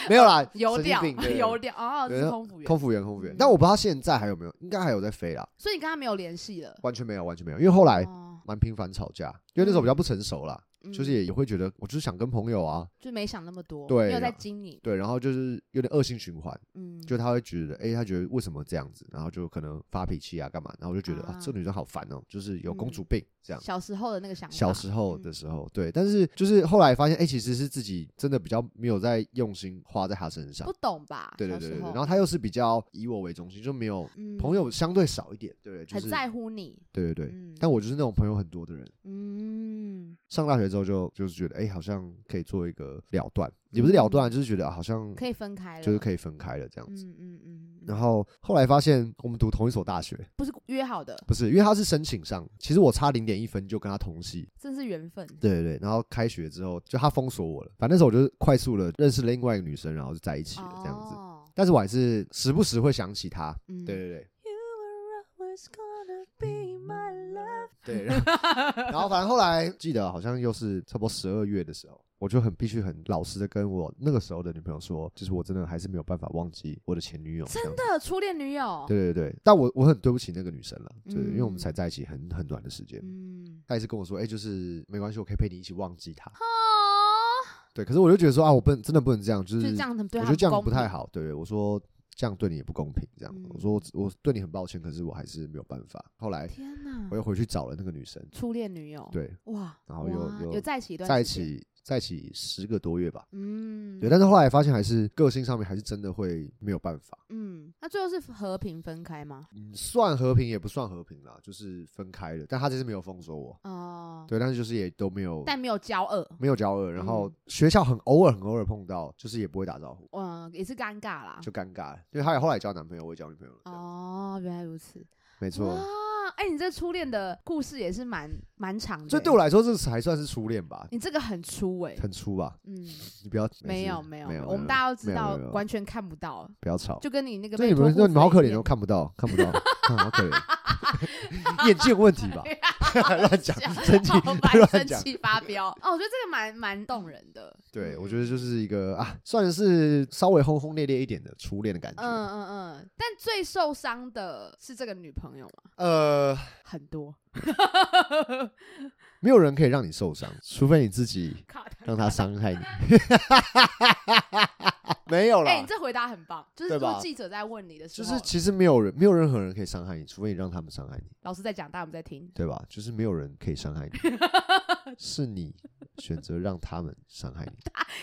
Speaker 2: 没有啦，
Speaker 1: 有
Speaker 2: 神
Speaker 1: 点
Speaker 2: 经病对对对
Speaker 1: 有点哦，
Speaker 2: 对
Speaker 1: 是空服员，
Speaker 2: 空服员，空服员
Speaker 1: 嗯，
Speaker 2: 但我不知道现在还有没有，应该还有在飞啦，
Speaker 1: 所以你跟他没有联系了。
Speaker 2: 完全没有，完全没有，因为后来
Speaker 1: 哦，
Speaker 2: 蛮频繁吵架，因为那时候比较不成熟啦，
Speaker 1: 嗯
Speaker 2: 就是也也会觉得我就是想跟朋友啊，
Speaker 1: 就没想那么多，
Speaker 2: 对
Speaker 1: 没有在
Speaker 2: 然后
Speaker 1: 经营，
Speaker 2: 对，然后就是有点恶性循环，
Speaker 1: 嗯，
Speaker 2: 就他会觉得，哎，他觉得为什么这样子，然后就可能发脾气啊，干嘛，然后我就觉得
Speaker 1: 啊嗯
Speaker 2: 啊，这个女生好烦哦，就是有公主病这样。
Speaker 1: 小时候的那个想法，
Speaker 2: 小时候
Speaker 1: 嗯
Speaker 2: 的时候，对，但是就是后来发现，哎、其实是自己真的比较没有在用心花在他身上
Speaker 1: 不，懂吧？
Speaker 2: 对对
Speaker 1: 小
Speaker 2: 对
Speaker 1: 时
Speaker 2: 对对，
Speaker 1: 候
Speaker 2: 然后他又是比较以我为中心，就没有
Speaker 1: 嗯
Speaker 2: 朋友相对少一点，对不对？就是
Speaker 1: 很在乎你，
Speaker 2: 对对对，
Speaker 1: 嗯，
Speaker 2: 但我就是那种朋友很多的人。
Speaker 1: 嗯，
Speaker 2: 上大学之后就就是觉得，哎、好像可以做一个了断，也不是了断，就是觉得、啊好像
Speaker 1: 可以分开了，
Speaker 2: 就是可以分开了这样
Speaker 1: 嗯
Speaker 2: 子。
Speaker 1: 嗯嗯，嗯
Speaker 2: 然后后来发现我们读同一所大学，
Speaker 1: 不是约好的，
Speaker 2: 不是因为他是申请上，其实我差零点一分就跟他同系，
Speaker 1: 真是缘分，
Speaker 2: 对对对，然后开学之后就他封锁我了，反正那时候我就快速的认识了另外一个女生，然后就在一起了这样子。
Speaker 1: 哦，
Speaker 2: 但是我还是时不时会想起他，
Speaker 1: 嗯
Speaker 2: 对对对
Speaker 3: You are always gonna be my love.
Speaker 2: 对。然后然后反正后来记得好像又是差不多十二月的时候，我就很必须很老实的跟我那个时候的女朋友说，就是我真的还是没有办法忘记我的前女友，这样
Speaker 1: 真
Speaker 2: 子。
Speaker 1: 的初恋女友，
Speaker 2: 对对对，但我我很对不起那个女生了，对，因为我们
Speaker 1: 嗯
Speaker 2: 才在一起很很短的时间。
Speaker 1: 嗯，
Speaker 2: 她也是跟我说，哎、就是没关系，我可以陪你一起忘记她。
Speaker 1: 哦，
Speaker 2: 对，可是我就觉得说啊，我不能真的不能这样，就
Speaker 1: 就是这样很对
Speaker 2: 我
Speaker 1: 他
Speaker 2: 觉得
Speaker 1: 很
Speaker 2: 这样不
Speaker 1: 公
Speaker 2: 太
Speaker 1: 平，
Speaker 2: 好。对对，我说这样对你也不公平。这样，
Speaker 1: 嗯
Speaker 2: 我说我我对你很抱歉，可是我还是没有办法。后来
Speaker 1: 天哪
Speaker 2: 欸我，又回去找了那个女生，
Speaker 1: 初恋女友，，
Speaker 2: 对，
Speaker 1: 哇，
Speaker 2: 然后又
Speaker 1: 哇
Speaker 2: 又
Speaker 1: 有在一起一段，
Speaker 2: 在一，起在一起十个多月吧。
Speaker 1: 嗯，
Speaker 2: 对，但是后来发现还是个性上面还是真的会没有办法，
Speaker 1: 嗯，那最后是和平分开吗？
Speaker 2: 嗯，算和平也不算和平啦，就是分开了。但他这次没有封锁我，
Speaker 1: 哦，
Speaker 2: 对，但是就是也都没有
Speaker 1: 但没有交恶，
Speaker 2: 没有交恶，然后
Speaker 1: 嗯
Speaker 2: 学校很偶尔很偶尔碰到，就是也不会打招呼，
Speaker 1: 嗯，也是尴尬啦。
Speaker 2: 就尴尬了。因为他也后来交男朋友，我也交女朋友了，这样
Speaker 1: 哦，原来如此。
Speaker 2: 没错。
Speaker 1: 哇，哎、你这初恋的故事也是蛮蛮长的。
Speaker 2: 所以对我，来说，这才算是初恋吧，
Speaker 1: 你这个很粗哎、
Speaker 2: 很粗吧？
Speaker 1: 嗯，
Speaker 2: 你不要
Speaker 1: 没有
Speaker 2: 事
Speaker 1: 没有
Speaker 2: 没
Speaker 1: 没
Speaker 2: 有，
Speaker 1: 我们大家都知道
Speaker 2: 没有没有没，有
Speaker 1: 完全看不到，
Speaker 2: 不要吵。
Speaker 1: 就跟你那个
Speaker 2: 所以
Speaker 1: 被
Speaker 2: 你
Speaker 1: 托
Speaker 2: 们
Speaker 1: 付
Speaker 2: 那你们好可
Speaker 1: 费一
Speaker 2: 怜
Speaker 1: 样
Speaker 2: 哦，，看不 到看不到， 看好可怜，眼睛有问 题吧？乱讲，生气
Speaker 1: 好白
Speaker 2: 乱
Speaker 1: 生
Speaker 2: 讲。
Speaker 1: 气发飙。哦，我觉得这个蛮蛮动人的。
Speaker 2: 对，我
Speaker 1: 得。
Speaker 2: 觉得就是一个啊，算是稍微轰轰烈烈一点的初恋的感
Speaker 1: 嗯
Speaker 2: 觉。
Speaker 1: 嗯嗯，但最受伤的是这个女朋友嘛，
Speaker 2: 呃，
Speaker 1: 很多，
Speaker 2: 没有人可以让你受伤，除非你自己
Speaker 1: 卡他
Speaker 2: 让他伤害你。 没有
Speaker 1: 哎、
Speaker 2: 啦
Speaker 1: 你，这回答很棒，就是
Speaker 2: 对吧
Speaker 1: 说记者在问你的时
Speaker 2: 就
Speaker 1: 候，
Speaker 2: 是其实没有人，没有任何人可以伤害你，除非你让他们伤害你。
Speaker 1: 老师在讲，大家我们在听。
Speaker 2: 对吧？就是没有人可以伤 害你，是你选择让他们伤害你，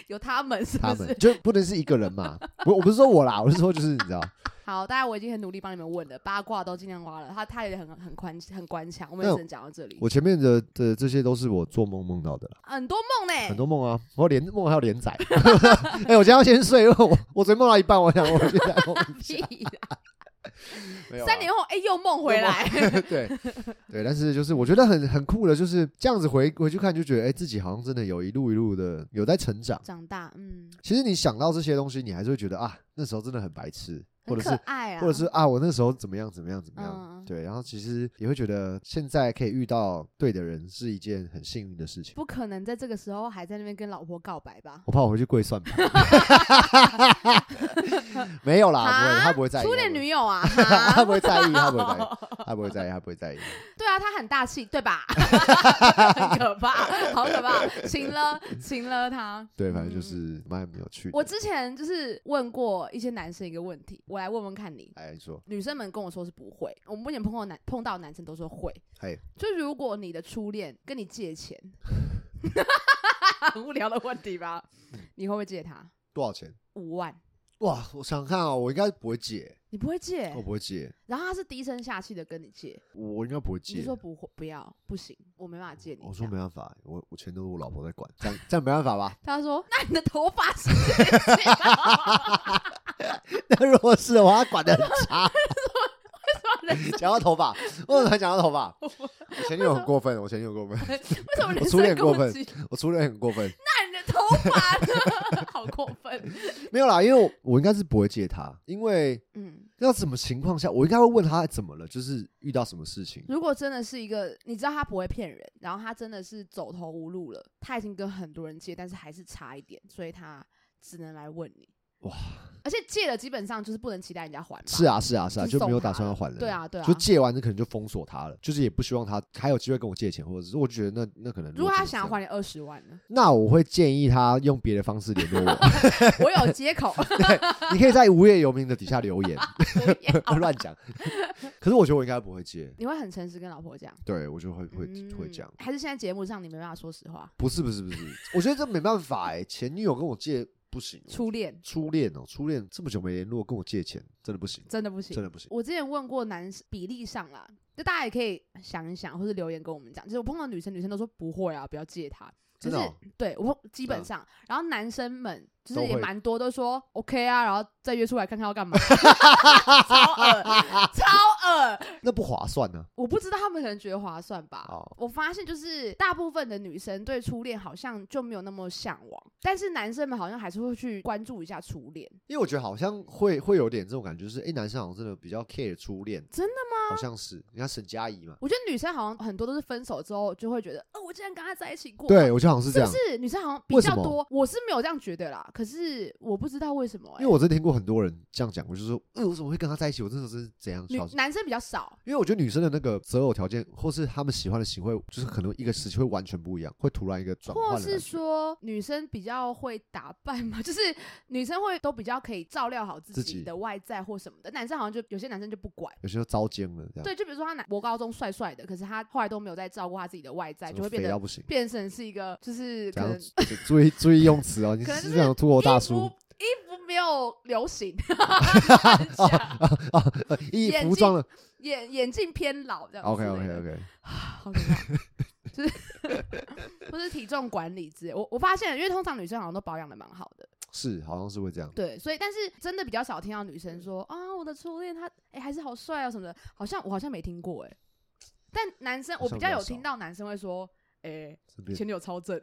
Speaker 1: 有他们是
Speaker 2: 他
Speaker 1: 不
Speaker 2: 们
Speaker 1: 是？
Speaker 2: 就不能是一个人嘛。我我不是说我啦，我是说就是你知道，
Speaker 1: 好，大家我已经很努力帮你们问了，八卦都尽量挖了，他他也很很宽很官腔，我们也
Speaker 2: 那
Speaker 1: 只能讲到这里。
Speaker 2: 我前面的的这些都是我做梦梦到的啦，
Speaker 1: 很多梦欸呢、
Speaker 2: 很多梦啊，我连梦还有连载。 哎，我今天要先睡，因为我我昨天梦到一半，我想我现在梦 一下
Speaker 1: 屁啦
Speaker 2: 没有啊
Speaker 1: 三年后哎、又梦回来，
Speaker 2: 对对，但是就是我觉得很很酷的，就是这样子回回去看，就觉得哎、自己好像真的有一路一路的有在成长。
Speaker 1: 长大，嗯，
Speaker 2: 其实你想到这些东西，你还是会觉得啊，那时候真的很白痴，或
Speaker 1: 很
Speaker 2: 者
Speaker 1: 可
Speaker 2: 是
Speaker 1: 爱啊，
Speaker 2: 或者是啊，我那时候怎么样怎么样怎么样，
Speaker 1: 嗯
Speaker 2: 对，然后其实也会觉得现在可以遇到对的人是一件很幸运的事情。
Speaker 1: 不可能在这个时候还在那边跟老婆告白吧？
Speaker 2: 我怕我回去跪算盘， 没有啦，不会，他不会在意，
Speaker 1: 初
Speaker 2: 他
Speaker 1: 恋
Speaker 2: 不会
Speaker 1: 女友啊，
Speaker 2: 他
Speaker 1: 哈
Speaker 2: 不会在意，他不会在意，他不会在意，他不会在意。
Speaker 1: 对啊，他很大气，对 吧？很可怕，好可怕，请了，请了他。
Speaker 2: 对，反正就
Speaker 1: 嗯。
Speaker 2: 是蛮有趣的。
Speaker 1: 我之前就是问过一些男生一个问题，我来问问看你，
Speaker 2: 哎，你说，
Speaker 1: 女生们跟我说是不会，我目前碰到男碰到男生都说会。
Speaker 2: 嘿，
Speaker 1: 就如果你的初恋跟你借 钱，很无聊的问题吧，你会不会借他
Speaker 2: 多少钱？
Speaker 1: 嗯五万？
Speaker 2: 哇，我想看啊、我应该不会借，
Speaker 1: 你不会借，
Speaker 2: 我不会借，
Speaker 1: 然后他是低声下气的跟你借，
Speaker 2: 我应该不
Speaker 1: 你
Speaker 2: 会
Speaker 1: 就
Speaker 2: 借。
Speaker 1: 说不会，不要，不行，我没办法借你。啊
Speaker 2: 我
Speaker 1: 这
Speaker 2: 说
Speaker 1: 样
Speaker 2: 没办法，我我钱都是我老婆在管，这样这样没办法吧？
Speaker 1: 他说：“那你的头发是谁剪 的？
Speaker 2: 那如果是的话，他管 的很差。
Speaker 1: 为 什么人
Speaker 2: 讲到头发，为什么还讲到头发？我前女友很过分，我前女友过分，
Speaker 1: 为什么人
Speaker 2: 我初恋
Speaker 1: 身
Speaker 2: 过
Speaker 1: 攻
Speaker 2: 分
Speaker 1: 击？
Speaker 2: 我初恋很过分。
Speaker 1: 那你的头发呢？ 好过分。
Speaker 2: 没有啦，因为我我应该是不会借他，因为
Speaker 1: 嗯，
Speaker 2: 要什么情况下，我应该会问他怎么了，就是遇到什么事情。
Speaker 1: 如果真的是一个，你知道他不会骗人，然后他真的是走投无路了，他已经跟很多人借，但是还是差一点，所以他只能来问你。
Speaker 2: 哇！
Speaker 1: 而且借了基本上就是不能期待人家还吧？
Speaker 2: 是啊，是啊，是啊，
Speaker 1: 就
Speaker 2: 就没有
Speaker 1: 送他
Speaker 2: 打算要
Speaker 1: 了
Speaker 2: 还了。
Speaker 1: 对啊，对啊
Speaker 2: 就。借完，那可能就封锁他了，就是也不希望他还有机会跟我借钱，或者是我就觉得那那可能
Speaker 1: 如果
Speaker 2: 真
Speaker 1: 他
Speaker 2: 的
Speaker 1: 想要
Speaker 2: 这
Speaker 1: 还
Speaker 2: 样，
Speaker 1: 你二十万呢？
Speaker 2: 那我会建议他用别的方式联络 我。
Speaker 1: 我有接 口，
Speaker 2: 你可以在无业游民的底下留言，
Speaker 1: 我也好
Speaker 2: 乱讲。可是我觉得我应该不会借，
Speaker 1: 你会很诚实跟老婆讲，
Speaker 2: 对我就会会会
Speaker 1: 嗯
Speaker 2: 讲。
Speaker 1: 还是现在节目上你没办法说实话？
Speaker 2: 不是不是不是， 我觉得这没办法哎、前女友跟我借不行，
Speaker 1: 初恋
Speaker 2: 初恋哦、初恋这么久没联络，跟我借钱真的不行，
Speaker 1: 真的不行
Speaker 2: 真。的不行。
Speaker 1: 我之前问过男生比例上啦，就大家也可以想一想，或是留言跟我们讲。就是我碰到女生，女生都说不会啊，不要借他。可
Speaker 2: 真
Speaker 1: 是
Speaker 2: 的哦
Speaker 1: 对我碰基本
Speaker 2: 嗯
Speaker 1: 上，然后男生们就是
Speaker 2: 都
Speaker 1: 也
Speaker 2: 会
Speaker 1: 蛮多都说 OK 啊，然后再约出来看看要 干嘛，超恶超恶。
Speaker 2: 那不划算啊呢、
Speaker 1: 我不知道他们可能觉得划算吧。
Speaker 2: 哦
Speaker 1: 我发现就是大部分的女生对初恋好像就没有那么向往，但是男生们好像还是会去关注一下初恋。
Speaker 2: 因为我觉得好像会会有点这种感觉，就是哎、诶男生好像真的比较 care 初恋，
Speaker 1: 真的
Speaker 2: 吗？好像是，你看沈佳宜嘛，
Speaker 1: 我觉得女生好像很多都是分手之后就会觉得，哦，我竟然跟他在一起过，
Speaker 2: 对，我觉得好像是
Speaker 1: 是
Speaker 2: 这
Speaker 1: 不
Speaker 2: 样，
Speaker 1: 是？女生好像比
Speaker 2: 为
Speaker 1: 较
Speaker 2: 什么
Speaker 1: 多，我是没有这样觉得啦。可是我不知道为什么、欸，
Speaker 2: 因为我真的听过很多人这样讲过，就是说，哎、我怎么会跟他在一起？我那时候是怎样
Speaker 1: 女
Speaker 2: 小时候
Speaker 1: 男生比较少，
Speaker 2: 因为我觉得女生的那个择偶条件，或是他们喜欢的行为，就是可能一个时期会完全不一样，会突然一个转换
Speaker 1: 或
Speaker 2: 的感
Speaker 1: 是
Speaker 2: 觉。
Speaker 1: 说女生比较会打扮嘛， 就是女生会都比较可以照料好自
Speaker 2: 自
Speaker 1: 己
Speaker 2: 己
Speaker 1: 的外在或什么的。男生好像就有些男生就不管。
Speaker 2: 有些都遭奸了，这样
Speaker 1: 对，就比如说他男国高中帅帅的，可是他后来都没有再照顾他自己的外在，
Speaker 2: 整
Speaker 1: 就
Speaker 2: 个
Speaker 1: 会变
Speaker 2: 肥到
Speaker 1: 得
Speaker 2: 不行。
Speaker 1: 变成是一个就是
Speaker 2: 这
Speaker 1: 可能
Speaker 2: 样
Speaker 1: 衣
Speaker 2: 注意注意用词哦，你
Speaker 1: 可
Speaker 2: 是
Speaker 1: 能就
Speaker 2: 不
Speaker 1: 是
Speaker 2: 是想秃头大
Speaker 1: 服
Speaker 2: 叔？
Speaker 1: 衣服没有流 行，很假
Speaker 2: 一
Speaker 1: 眼
Speaker 2: 服装了
Speaker 1: 眼眼镜偏老这样之
Speaker 2: ，OK
Speaker 1: 类的。
Speaker 2: OK OK，
Speaker 1: 好可怕，就是 或是体重管理之类。我我发现了，因为通常女生好像都保养的蛮好的，
Speaker 2: 是好像是会这样。
Speaker 1: 对，所以但是真的比较少听到女生说啊，我的初恋他哎、还是好帅啊什么的，好像我好像没听过哎、但男生我
Speaker 2: 好像
Speaker 1: 比
Speaker 2: 比
Speaker 1: 较
Speaker 2: 较
Speaker 1: 有
Speaker 2: 少
Speaker 1: 听到男生会说，哎、
Speaker 2: 这边
Speaker 1: 前女友超 正，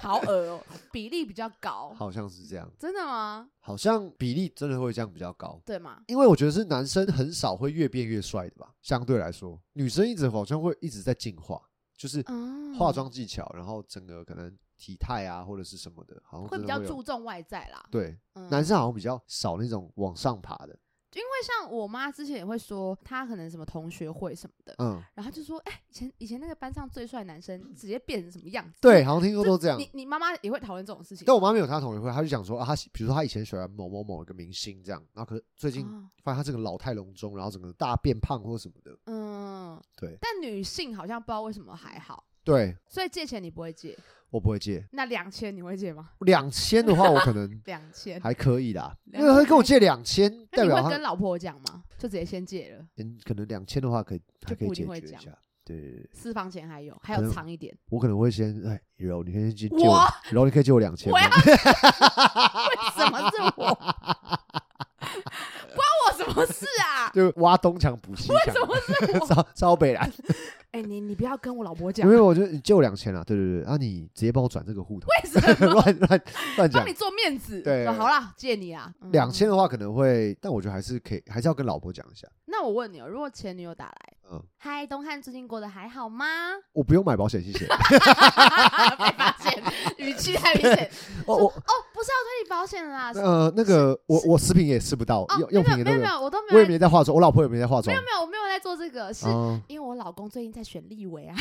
Speaker 1: 好恶哦、比例比较高，
Speaker 2: 好像是这样，
Speaker 1: 真的吗？
Speaker 2: 好像比例真的会这样比较高。
Speaker 1: 对吗？
Speaker 2: 因为我觉得是男生很少会越变越帅的吧，相对来说，女生一直好像会一直在进化，就是
Speaker 1: 嗯，
Speaker 2: 化妆技巧，然后整个可能体态啊或者是什么的，好像
Speaker 1: 会
Speaker 2: 真
Speaker 1: 比
Speaker 2: 的
Speaker 1: 较
Speaker 2: 有
Speaker 1: 注重外在啦，
Speaker 2: 对，
Speaker 1: 嗯
Speaker 2: 男生好像比较少那种往上爬的，
Speaker 1: 因为像我妈之前也会说，她可能什么同学会什么的，
Speaker 2: 嗯，
Speaker 1: 然后就说，哎、以前以前那个班上最帅的男生直接变成什么样子？
Speaker 2: 对，，好像听说都这样。
Speaker 1: 你你妈妈也会讨论这种事情。
Speaker 2: 但我妈没有她同学会，她就讲说啊，她喜比如说她以前喜欢某某某一个明星这样，然后可是最近
Speaker 1: 哦
Speaker 2: 发现她这个老态龙钟，然后整个大变胖或什么的，
Speaker 1: 嗯，
Speaker 2: 对
Speaker 1: 但女性好像不知道为什么还好，
Speaker 2: 对，
Speaker 1: 所以借钱你不会借，
Speaker 2: 我不会借。
Speaker 1: 那两千你会借吗？
Speaker 2: 两千的话，我 可能
Speaker 1: 两千，
Speaker 2: 还可以啦，因
Speaker 1: 2000
Speaker 2: 为他跟我借两千，
Speaker 1: 那
Speaker 2: 代
Speaker 1: 你
Speaker 2: 表
Speaker 1: 会跟
Speaker 2: 他
Speaker 1: 老婆讲吗？就直接先借了，
Speaker 2: 嗯可能两千的话可以还可以
Speaker 1: 不一
Speaker 2: 解
Speaker 1: 定会
Speaker 2: 决一
Speaker 1: 讲
Speaker 2: 下。对对，对
Speaker 1: 私房钱还有，还
Speaker 2: 可
Speaker 1: 有
Speaker 2: 能
Speaker 1: 藏一点。
Speaker 2: 我可能会先哎，柔，你可以借借
Speaker 1: 我
Speaker 2: 我，柔，你可以借我两千
Speaker 1: 我
Speaker 2: 吗
Speaker 1: 要？什么是我？关我什么事啊？
Speaker 2: 就挖东墙补西墙，烧烧北兰，
Speaker 1: 哎、你你不要跟我老婆讲，
Speaker 2: 因
Speaker 1: 为
Speaker 2: 为我觉得你借我两千啦，对对对，啊，你直接帮我转这个户头，
Speaker 1: 什么
Speaker 2: 乱乱乱讲
Speaker 1: 帮你。做面子？
Speaker 2: 对
Speaker 1: 说好啦，借你啊，嗯
Speaker 2: 两千的话可能会，但我觉得还是可以，还是要跟老婆讲一下。
Speaker 1: 那我问你哦，如果前女友打来，
Speaker 2: 嗯，
Speaker 1: 嗨，东汉最近过得还好吗？
Speaker 2: 我不用买保险，谢谢。
Speaker 1: 被发现，语气太明 显。
Speaker 2: 哦，我
Speaker 1: 哦，不是要推你保险啦，啊是
Speaker 2: 呃，那个我我食品也吃不到，
Speaker 1: 哦，
Speaker 2: 用
Speaker 1: 没有
Speaker 2: 用
Speaker 1: 没
Speaker 2: 品
Speaker 1: 有
Speaker 2: 也
Speaker 1: 没
Speaker 2: 那
Speaker 1: 有没
Speaker 2: 个，
Speaker 1: 有，我都没
Speaker 2: 我
Speaker 1: 有
Speaker 2: 也
Speaker 1: 在，
Speaker 2: 没在化妆，我老婆也没在化妆
Speaker 1: 没有。没有，我没有在做这个，是
Speaker 2: 嗯
Speaker 1: 因为我老公最近在选立委啊。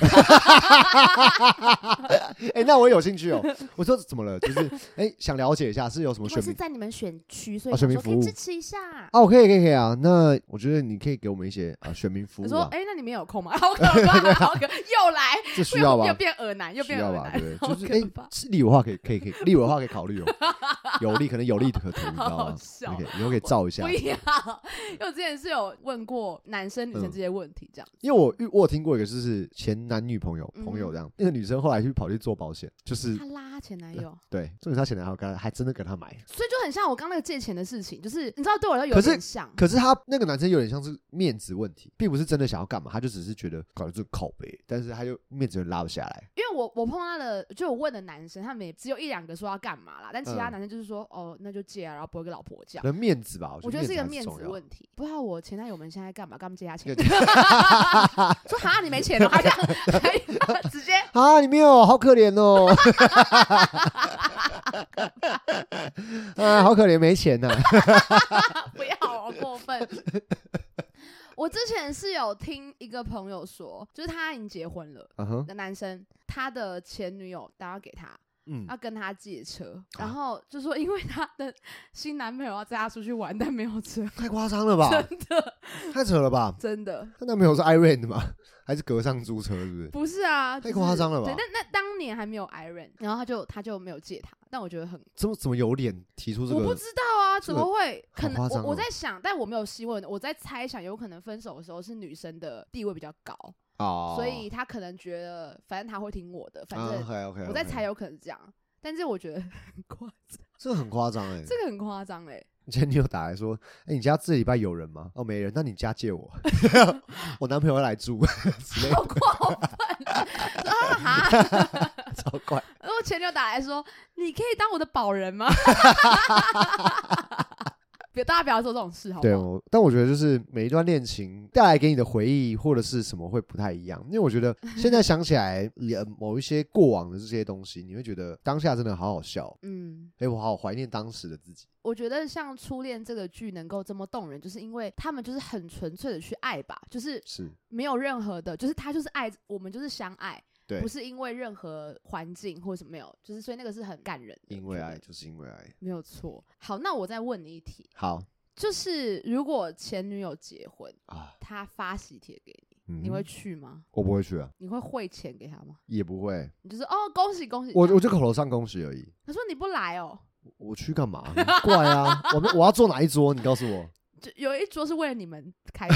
Speaker 2: 哎、那我有兴 趣哦。我说怎么了？就是哎、想了解一下是有什么
Speaker 1: 因为
Speaker 2: 哦选
Speaker 1: 是
Speaker 2: 民
Speaker 1: 在你们选区，所以
Speaker 2: 哦选
Speaker 1: 想
Speaker 2: 民
Speaker 1: 说可以
Speaker 2: 服务
Speaker 1: 支持一下。
Speaker 2: 哦，可以可以可以啊。那我觉得你可以给我们一些啊、选民服
Speaker 1: 我
Speaker 2: 务
Speaker 1: 说
Speaker 2: 啊，
Speaker 1: 哎、那你们有空吗？ 好可怕，好可，又来，
Speaker 2: 这 需要吧
Speaker 1: 又？变耳男，又
Speaker 2: 需
Speaker 1: 变
Speaker 2: 要
Speaker 1: 耳
Speaker 2: 吧？
Speaker 1: 男，
Speaker 2: 对，
Speaker 1: 好
Speaker 2: 就是哎
Speaker 1: 可怕，。
Speaker 2: 是立委的话可以可以可以，立委的话可以考虑哦。有利可能有利可图，你知道
Speaker 1: 好
Speaker 2: 吗
Speaker 1: 好笑
Speaker 2: ？OK，以后可以照一下
Speaker 1: 不。要，因为我之前是有问过男生
Speaker 2: 嗯
Speaker 1: 女生这些问题，这样子。
Speaker 2: 因为我遇我有听过一个，就是前男女朋友
Speaker 1: 嗯
Speaker 2: 朋友这样，那个女生后来去跑去做保险，就是
Speaker 1: 他拉前男友，
Speaker 2: 对，重点是她前男友跟她还真的跟她买，
Speaker 1: 所以就很像我刚那个借钱的事情，就是你知道对我来说
Speaker 2: 可
Speaker 1: 有
Speaker 2: 是
Speaker 1: 点像，
Speaker 2: 可是他那个男生有点像是面子问题，并不是真的想要干嘛，他就只是觉得搞得这个口碑，但是他就面子就拉不下来。
Speaker 1: 因为我我碰到的就我问的男生，他们也只有一两个说要干嘛啦，但其他
Speaker 2: 嗯
Speaker 1: 男生就是说、哦那就借啊，然后不会跟老婆讲
Speaker 2: 可。能面子吧，
Speaker 1: 我觉
Speaker 2: 觉
Speaker 1: 得
Speaker 2: 得
Speaker 1: 是一个
Speaker 2: 还
Speaker 1: 面
Speaker 2: 重
Speaker 1: 子
Speaker 2: 要。
Speaker 1: 问题，不知道我前男友们现在干嘛，干嘛借他钱
Speaker 2: 这？
Speaker 1: 说哈你没钱哦了，他 这样还直接
Speaker 2: 啊，你没有，好可怜哦。 啊，好可怜，没钱呐、
Speaker 1: 不要好过分。我之前是有听一个朋友说，就是他已经结婚了，
Speaker 2: 嗯哼，
Speaker 1: 那男生他的前女友打电话给他，
Speaker 2: 嗯，
Speaker 1: 要跟他借车，
Speaker 2: 啊
Speaker 1: 然后就说因为他的新男朋友要载他出去玩，但没有车，
Speaker 2: 太夸张了吧，
Speaker 1: 真的
Speaker 2: 太扯了吧。
Speaker 1: 真的
Speaker 2: 她男朋友是 Iron 的吗？还是隔上租车？是不是？
Speaker 1: 不是啊，就
Speaker 2: 太
Speaker 1: 是
Speaker 2: 夸张了吧
Speaker 1: 对，那那当年还没有 Iron，然后他就他就没有借他，但我觉得很，
Speaker 2: 怎么怎么有脸提出这
Speaker 1: 我不
Speaker 2: 个？
Speaker 1: 知道啊，
Speaker 2: 这
Speaker 1: 怎
Speaker 2: 个
Speaker 1: 么会？
Speaker 2: 好
Speaker 1: 可能
Speaker 2: 夸张
Speaker 1: 我我
Speaker 2: 哦
Speaker 1: 在想，但我没有细问，我在猜想，有可能分手的时候是女生的地位比较高，
Speaker 2: 啊
Speaker 1: 所以他可能觉得反正他会听我的，反正
Speaker 2: OK OK，
Speaker 1: 我在猜，有可能是这样，但是我觉得很 夸张，
Speaker 2: 这很夸张哎。
Speaker 1: 这个很夸张哎。
Speaker 2: 前女友打来说：“哎、你家这礼拜有人吗？哦，没人，那你家借我， 我男朋友要来住 之类的，
Speaker 1: 好过分啊！哈，
Speaker 2: 超怪。
Speaker 1: 然后前女友打来说：“你可以当我的保人吗？” 别大家不要做这种事，好
Speaker 2: 对，
Speaker 1: 不好？
Speaker 2: 我但我觉得就是每一段恋情带来给你的回忆或者是什么会不太一样，因为我觉得现在想起来，呃，某一些过往的这些东西，你会觉得当下真的好好笑，
Speaker 1: 嗯，
Speaker 2: 哎、我好怀念当时的自己。
Speaker 1: 我觉得像《初恋》这个剧能够这么动人，就是因为他们就是很纯粹的去爱吧，就是
Speaker 2: 是，
Speaker 1: 没有任何的，就是他就是爱我们，就是相爱，
Speaker 2: 对
Speaker 1: 不是因为任何环境或什么没有，就是所以那个是很感人的，
Speaker 2: 因
Speaker 1: 我
Speaker 2: 为
Speaker 1: 觉得
Speaker 2: 爱就是因为爱。
Speaker 1: 没有错。好，那我再问你一题，
Speaker 2: 好
Speaker 1: 就是如果前女友结婚，
Speaker 2: 啊，
Speaker 1: 她发喜帖给你，
Speaker 2: 嗯
Speaker 1: 你会去吗？
Speaker 2: 我不会去啊，
Speaker 1: 你会汇钱给他吗？
Speaker 2: 也不会，
Speaker 1: 你就是哦，恭喜恭喜。
Speaker 2: 我
Speaker 1: 这
Speaker 2: 我
Speaker 1: 样
Speaker 2: 就口头上恭喜而已。
Speaker 1: 他说你不来哦，
Speaker 2: 我我去干嘛？很怪啊！我们我要坐哪一桌？你告诉我。
Speaker 1: 就有一桌是为了你们开 的，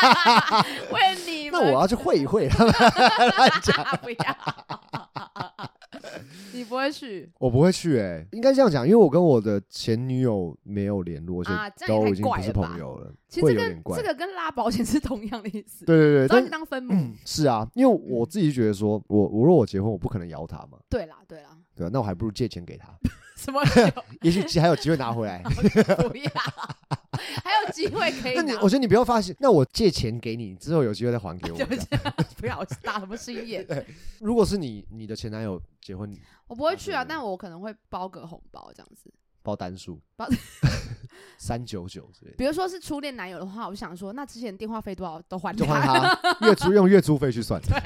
Speaker 1: 为了你们。
Speaker 2: 那我要去会一会啊他们。
Speaker 1: 不要， 你不会去
Speaker 2: 我不会去哎、应该这样讲，因为我跟我的前女友没有联络，现
Speaker 1: 啊
Speaker 2: 在
Speaker 1: 这样也太
Speaker 2: 都已经不是
Speaker 1: 怪了吧
Speaker 2: 朋友了，
Speaker 1: 其实
Speaker 2: 会
Speaker 1: 这
Speaker 2: 有点
Speaker 1: 跟
Speaker 2: 怪。
Speaker 1: 这个跟拉保险是同样的意思，
Speaker 2: 对对对，
Speaker 1: 只要你嗯
Speaker 2: 但
Speaker 1: 当分母。
Speaker 2: 是啊，因为我自己觉得说，我我如果我结婚，我不可能咬他嘛，
Speaker 1: 对啦对啦，
Speaker 2: 对吧、那我还不如借钱给他，
Speaker 1: 什么酒
Speaker 2: 也许还有机会拿 回来。
Speaker 1: 不要，还有机会可以
Speaker 2: 那
Speaker 1: 拿。
Speaker 2: 你 我觉得你不要发现，那我借钱给你之后有机会再还给我
Speaker 1: 对
Speaker 2: 这
Speaker 1: 不
Speaker 2: 样。
Speaker 1: 起，不要我打什么心 眼，
Speaker 2: 如果是你你的前男友结婚
Speaker 1: 我不会去
Speaker 2: 啊
Speaker 1: 啊，
Speaker 2: 对对对
Speaker 1: 但我可能会包个红包这样子。
Speaker 2: 包单数
Speaker 1: 包，
Speaker 2: 三九九之类的，
Speaker 1: 比如说是初恋男友的话，我想说，那之前电话费多少都还
Speaker 2: 就还
Speaker 1: 他，
Speaker 2: 他月租用月租费去算。
Speaker 1: 还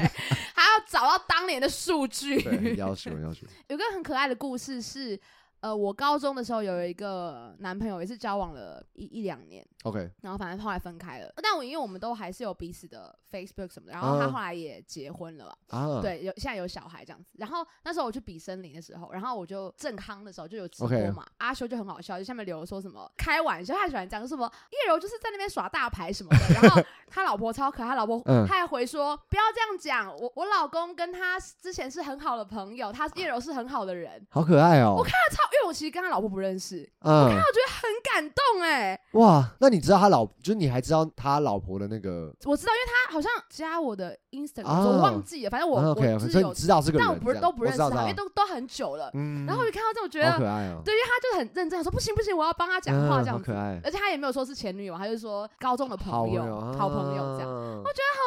Speaker 1: 要找到当年的数据。
Speaker 2: 对，要求要求。
Speaker 1: 有个很可爱的故事是，呃，我高中的时候有一个男朋友，也是交往了一一两年，
Speaker 2: OK，
Speaker 1: 然后反正后来分开了。但我因为我们都还是有彼此的 Facebook 什么的，然后他
Speaker 2: 啊
Speaker 1: 后来也结婚了嘛，
Speaker 2: 啊，
Speaker 1: 对，有现在有小孩这样子。然后那时候我去比森林的时候，然后我就正康的时候就有直播
Speaker 2: OK
Speaker 1: 嘛阿修就很好笑，就下面留言说什么开玩笑，他喜欢讲什么叶柔就是在那边耍大牌什么的，然后他老婆超可爱，他老婆
Speaker 2: 嗯
Speaker 1: 他还回说、不要这样讲，我我老公跟他之前是很好的朋友，他叶柔是很好的人。
Speaker 2: 好可爱哦、
Speaker 1: 我看他超，因为我其实跟他老婆不认识，
Speaker 2: 嗯，
Speaker 1: 我觉得很感动哎、
Speaker 2: 哇，那你知道他老，就是你还知道他老婆的那个
Speaker 1: 我知道，因为他好像加我的 Instagram，、
Speaker 2: 哦
Speaker 1: 我忘记了，反正我、
Speaker 2: 啊，OK，
Speaker 1: 我
Speaker 2: 所
Speaker 1: 是
Speaker 2: 以你
Speaker 1: 有，
Speaker 2: 知道这个人
Speaker 1: 但
Speaker 2: 这
Speaker 1: 我
Speaker 2: 样，
Speaker 1: 不是都不认识
Speaker 2: 我
Speaker 1: 他
Speaker 2: 知，道
Speaker 1: 因为都都很久了。
Speaker 2: 嗯，
Speaker 1: 然后我就看到这，我觉得
Speaker 2: 好可爱哦、
Speaker 1: 对，因为他就很认真，他说不行不行，我要帮他讲话
Speaker 2: 嗯
Speaker 1: 这样
Speaker 2: 好
Speaker 1: 子。
Speaker 2: 可爱，
Speaker 1: 而且他也没有说是前女友，他就说高中的
Speaker 2: 好
Speaker 1: 朋友、好朋友这样，
Speaker 2: 样，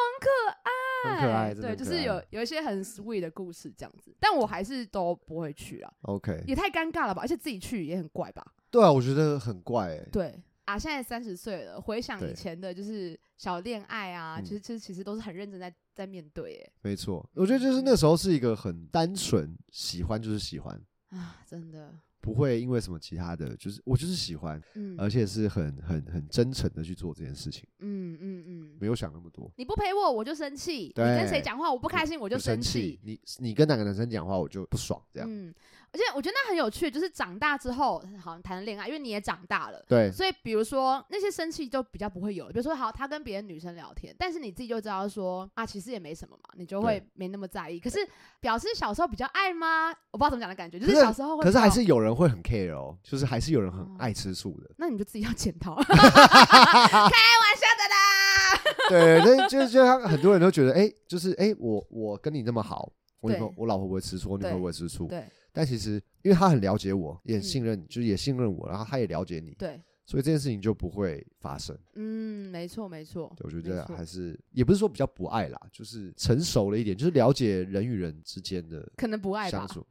Speaker 1: 很
Speaker 2: 很
Speaker 1: 可
Speaker 2: 可爱，
Speaker 1: 爱。
Speaker 2: 真的
Speaker 1: 对，
Speaker 2: 很
Speaker 1: 就
Speaker 2: 可
Speaker 1: 是
Speaker 2: 爱
Speaker 1: 有有一些很 sweet 的故事这样子，但我还是都不会去啊，
Speaker 2: OK，
Speaker 1: 也太尴尬了吧，而且自己去也很怪吧。
Speaker 2: 对啊，我觉得很怪、欸，
Speaker 1: 对啊，现在三十岁了，回想
Speaker 2: 对
Speaker 1: 以前的就是小恋爱啊，
Speaker 2: 嗯
Speaker 1: 其实其实其实都是很认真在在面对耶
Speaker 2: 没错，我觉得就是那时候是一个很单纯，喜欢就是喜欢，
Speaker 1: 啊，真的。
Speaker 2: 不会因为什么其他的，就是我就是喜欢，
Speaker 1: 嗯
Speaker 2: 而且是很很很真诚的去做这件事情，
Speaker 1: 嗯嗯嗯，
Speaker 2: 没有想那么多。
Speaker 1: 你不陪我我就生气，你
Speaker 2: 对
Speaker 1: 跟谁讲话我不开心我
Speaker 2: 我
Speaker 1: 就
Speaker 2: 生
Speaker 1: 气。，
Speaker 2: 你你跟哪个男生讲话我就不爽，这样、
Speaker 1: 嗯，而且我觉得那很有趣，就是长大之后好像谈恋爱，因为你也长大了。
Speaker 2: 对
Speaker 1: 所以，比如说那些生气就比较不会有了。比如说，好，他跟别的女生聊天，但是你自己就知道说啊，其实也没什么嘛，你就会没那么在意。可是表示小时候比较爱吗？我不知道怎么讲的感觉，就
Speaker 2: 可
Speaker 1: 是
Speaker 2: 是
Speaker 1: 小时候会比
Speaker 2: 可
Speaker 1: 较，
Speaker 2: 是 还是有人会很 care 哦，就是还是有人
Speaker 1: 哦。
Speaker 2: 很爱吃醋的
Speaker 1: 那你就自己要检讨，开玩笑的啦。
Speaker 2: 对，那就就他很多人都觉得，哎、就是哎、我我跟你那么好，我女朋友
Speaker 1: 对
Speaker 2: 我老婆不会吃醋，我女朋友
Speaker 1: 对
Speaker 2: 不会吃醋。
Speaker 1: 对
Speaker 2: 但其实因为他很了解我，也
Speaker 1: 嗯
Speaker 2: 很信任，就是也信任我，然后他也了解你，
Speaker 1: 对，
Speaker 2: 所以这件事情就不会发生。
Speaker 1: 嗯，没错没错
Speaker 2: 对，我觉
Speaker 1: 没
Speaker 2: 得
Speaker 1: 错
Speaker 2: 还是也不是说比较不爱啦，就是成熟了一点，就是了解人与人之间的
Speaker 1: 可能不爱吧
Speaker 2: 相。处。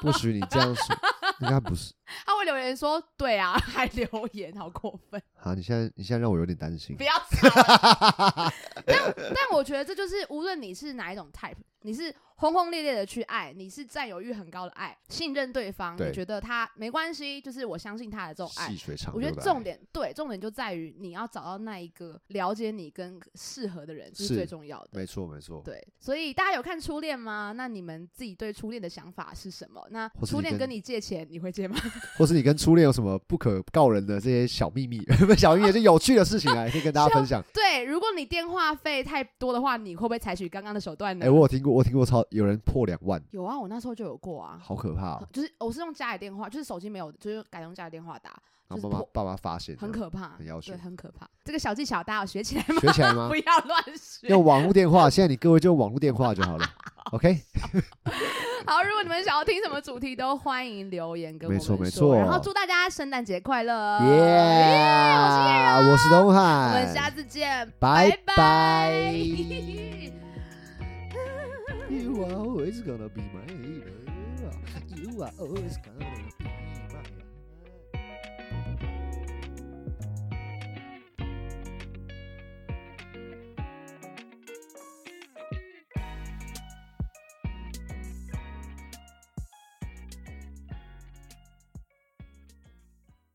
Speaker 2: 不许你这 样说，应该不是。
Speaker 1: 他啊会留言说：“对啊，还留言，好过分，
Speaker 2: 好，你现在你现在让我有点担心
Speaker 1: 不。要吵 了。但”但我觉得这就是，无论你是哪一种 type，你是轰轰烈烈的去爱，你是占有欲很高的爱，信任对方，
Speaker 2: 对
Speaker 1: 你觉得他没关系，就是我相信他的这种爱
Speaker 2: 细。水长
Speaker 1: 我
Speaker 2: 流的
Speaker 1: 觉
Speaker 2: 爱。
Speaker 1: 得重点对，重点就在于你要找到那一个了解你跟适合的人是
Speaker 2: 是
Speaker 1: 最重要的。
Speaker 2: 没错没错，
Speaker 1: 对，所以大家有看初恋吗？那你们自己对初恋的想法是什么？那
Speaker 2: 或是
Speaker 1: 初
Speaker 2: 你
Speaker 1: 恋
Speaker 2: 跟
Speaker 1: 跟你借钱，你会借吗？
Speaker 2: 或是你跟初恋有什么不可告人的这些小秘密， 不是小秘密是有趣的事情啊，也可以跟大家 分享。
Speaker 1: 对，如果你电话费太多的话，你会不会采取刚刚的手段呢？
Speaker 2: 哎，我有听过，我听过超有人破两万，
Speaker 1: 有啊，我那时候就有过啊，
Speaker 2: 好可怕哦！
Speaker 1: 就是我是用家里电话，就是手机没有，就是改用家里电话打，
Speaker 2: 然
Speaker 1: 就是
Speaker 2: 后爸妈
Speaker 1: 破
Speaker 2: 爸妈发现，
Speaker 1: 很可怕，
Speaker 2: 很要
Speaker 1: 对，
Speaker 2: 学
Speaker 1: 很可怕。这个小技巧大家有学起来吗？
Speaker 2: 学起来吗
Speaker 1: 不？要乱学。
Speaker 2: 用网络电话，现在你各位就用网络电话 就好了。OK，
Speaker 1: 好，如果你们想要听什么主题，都欢迎留言跟我
Speaker 2: 没
Speaker 1: 们
Speaker 2: 错
Speaker 1: 说。
Speaker 2: 没错
Speaker 1: 然后祝大家圣诞节快乐！
Speaker 2: 耶，我是东海，
Speaker 1: 我们下次见，
Speaker 2: 拜
Speaker 1: 拜
Speaker 2: 拜
Speaker 1: 拜
Speaker 2: You are always gonna be my hero. You are always gonna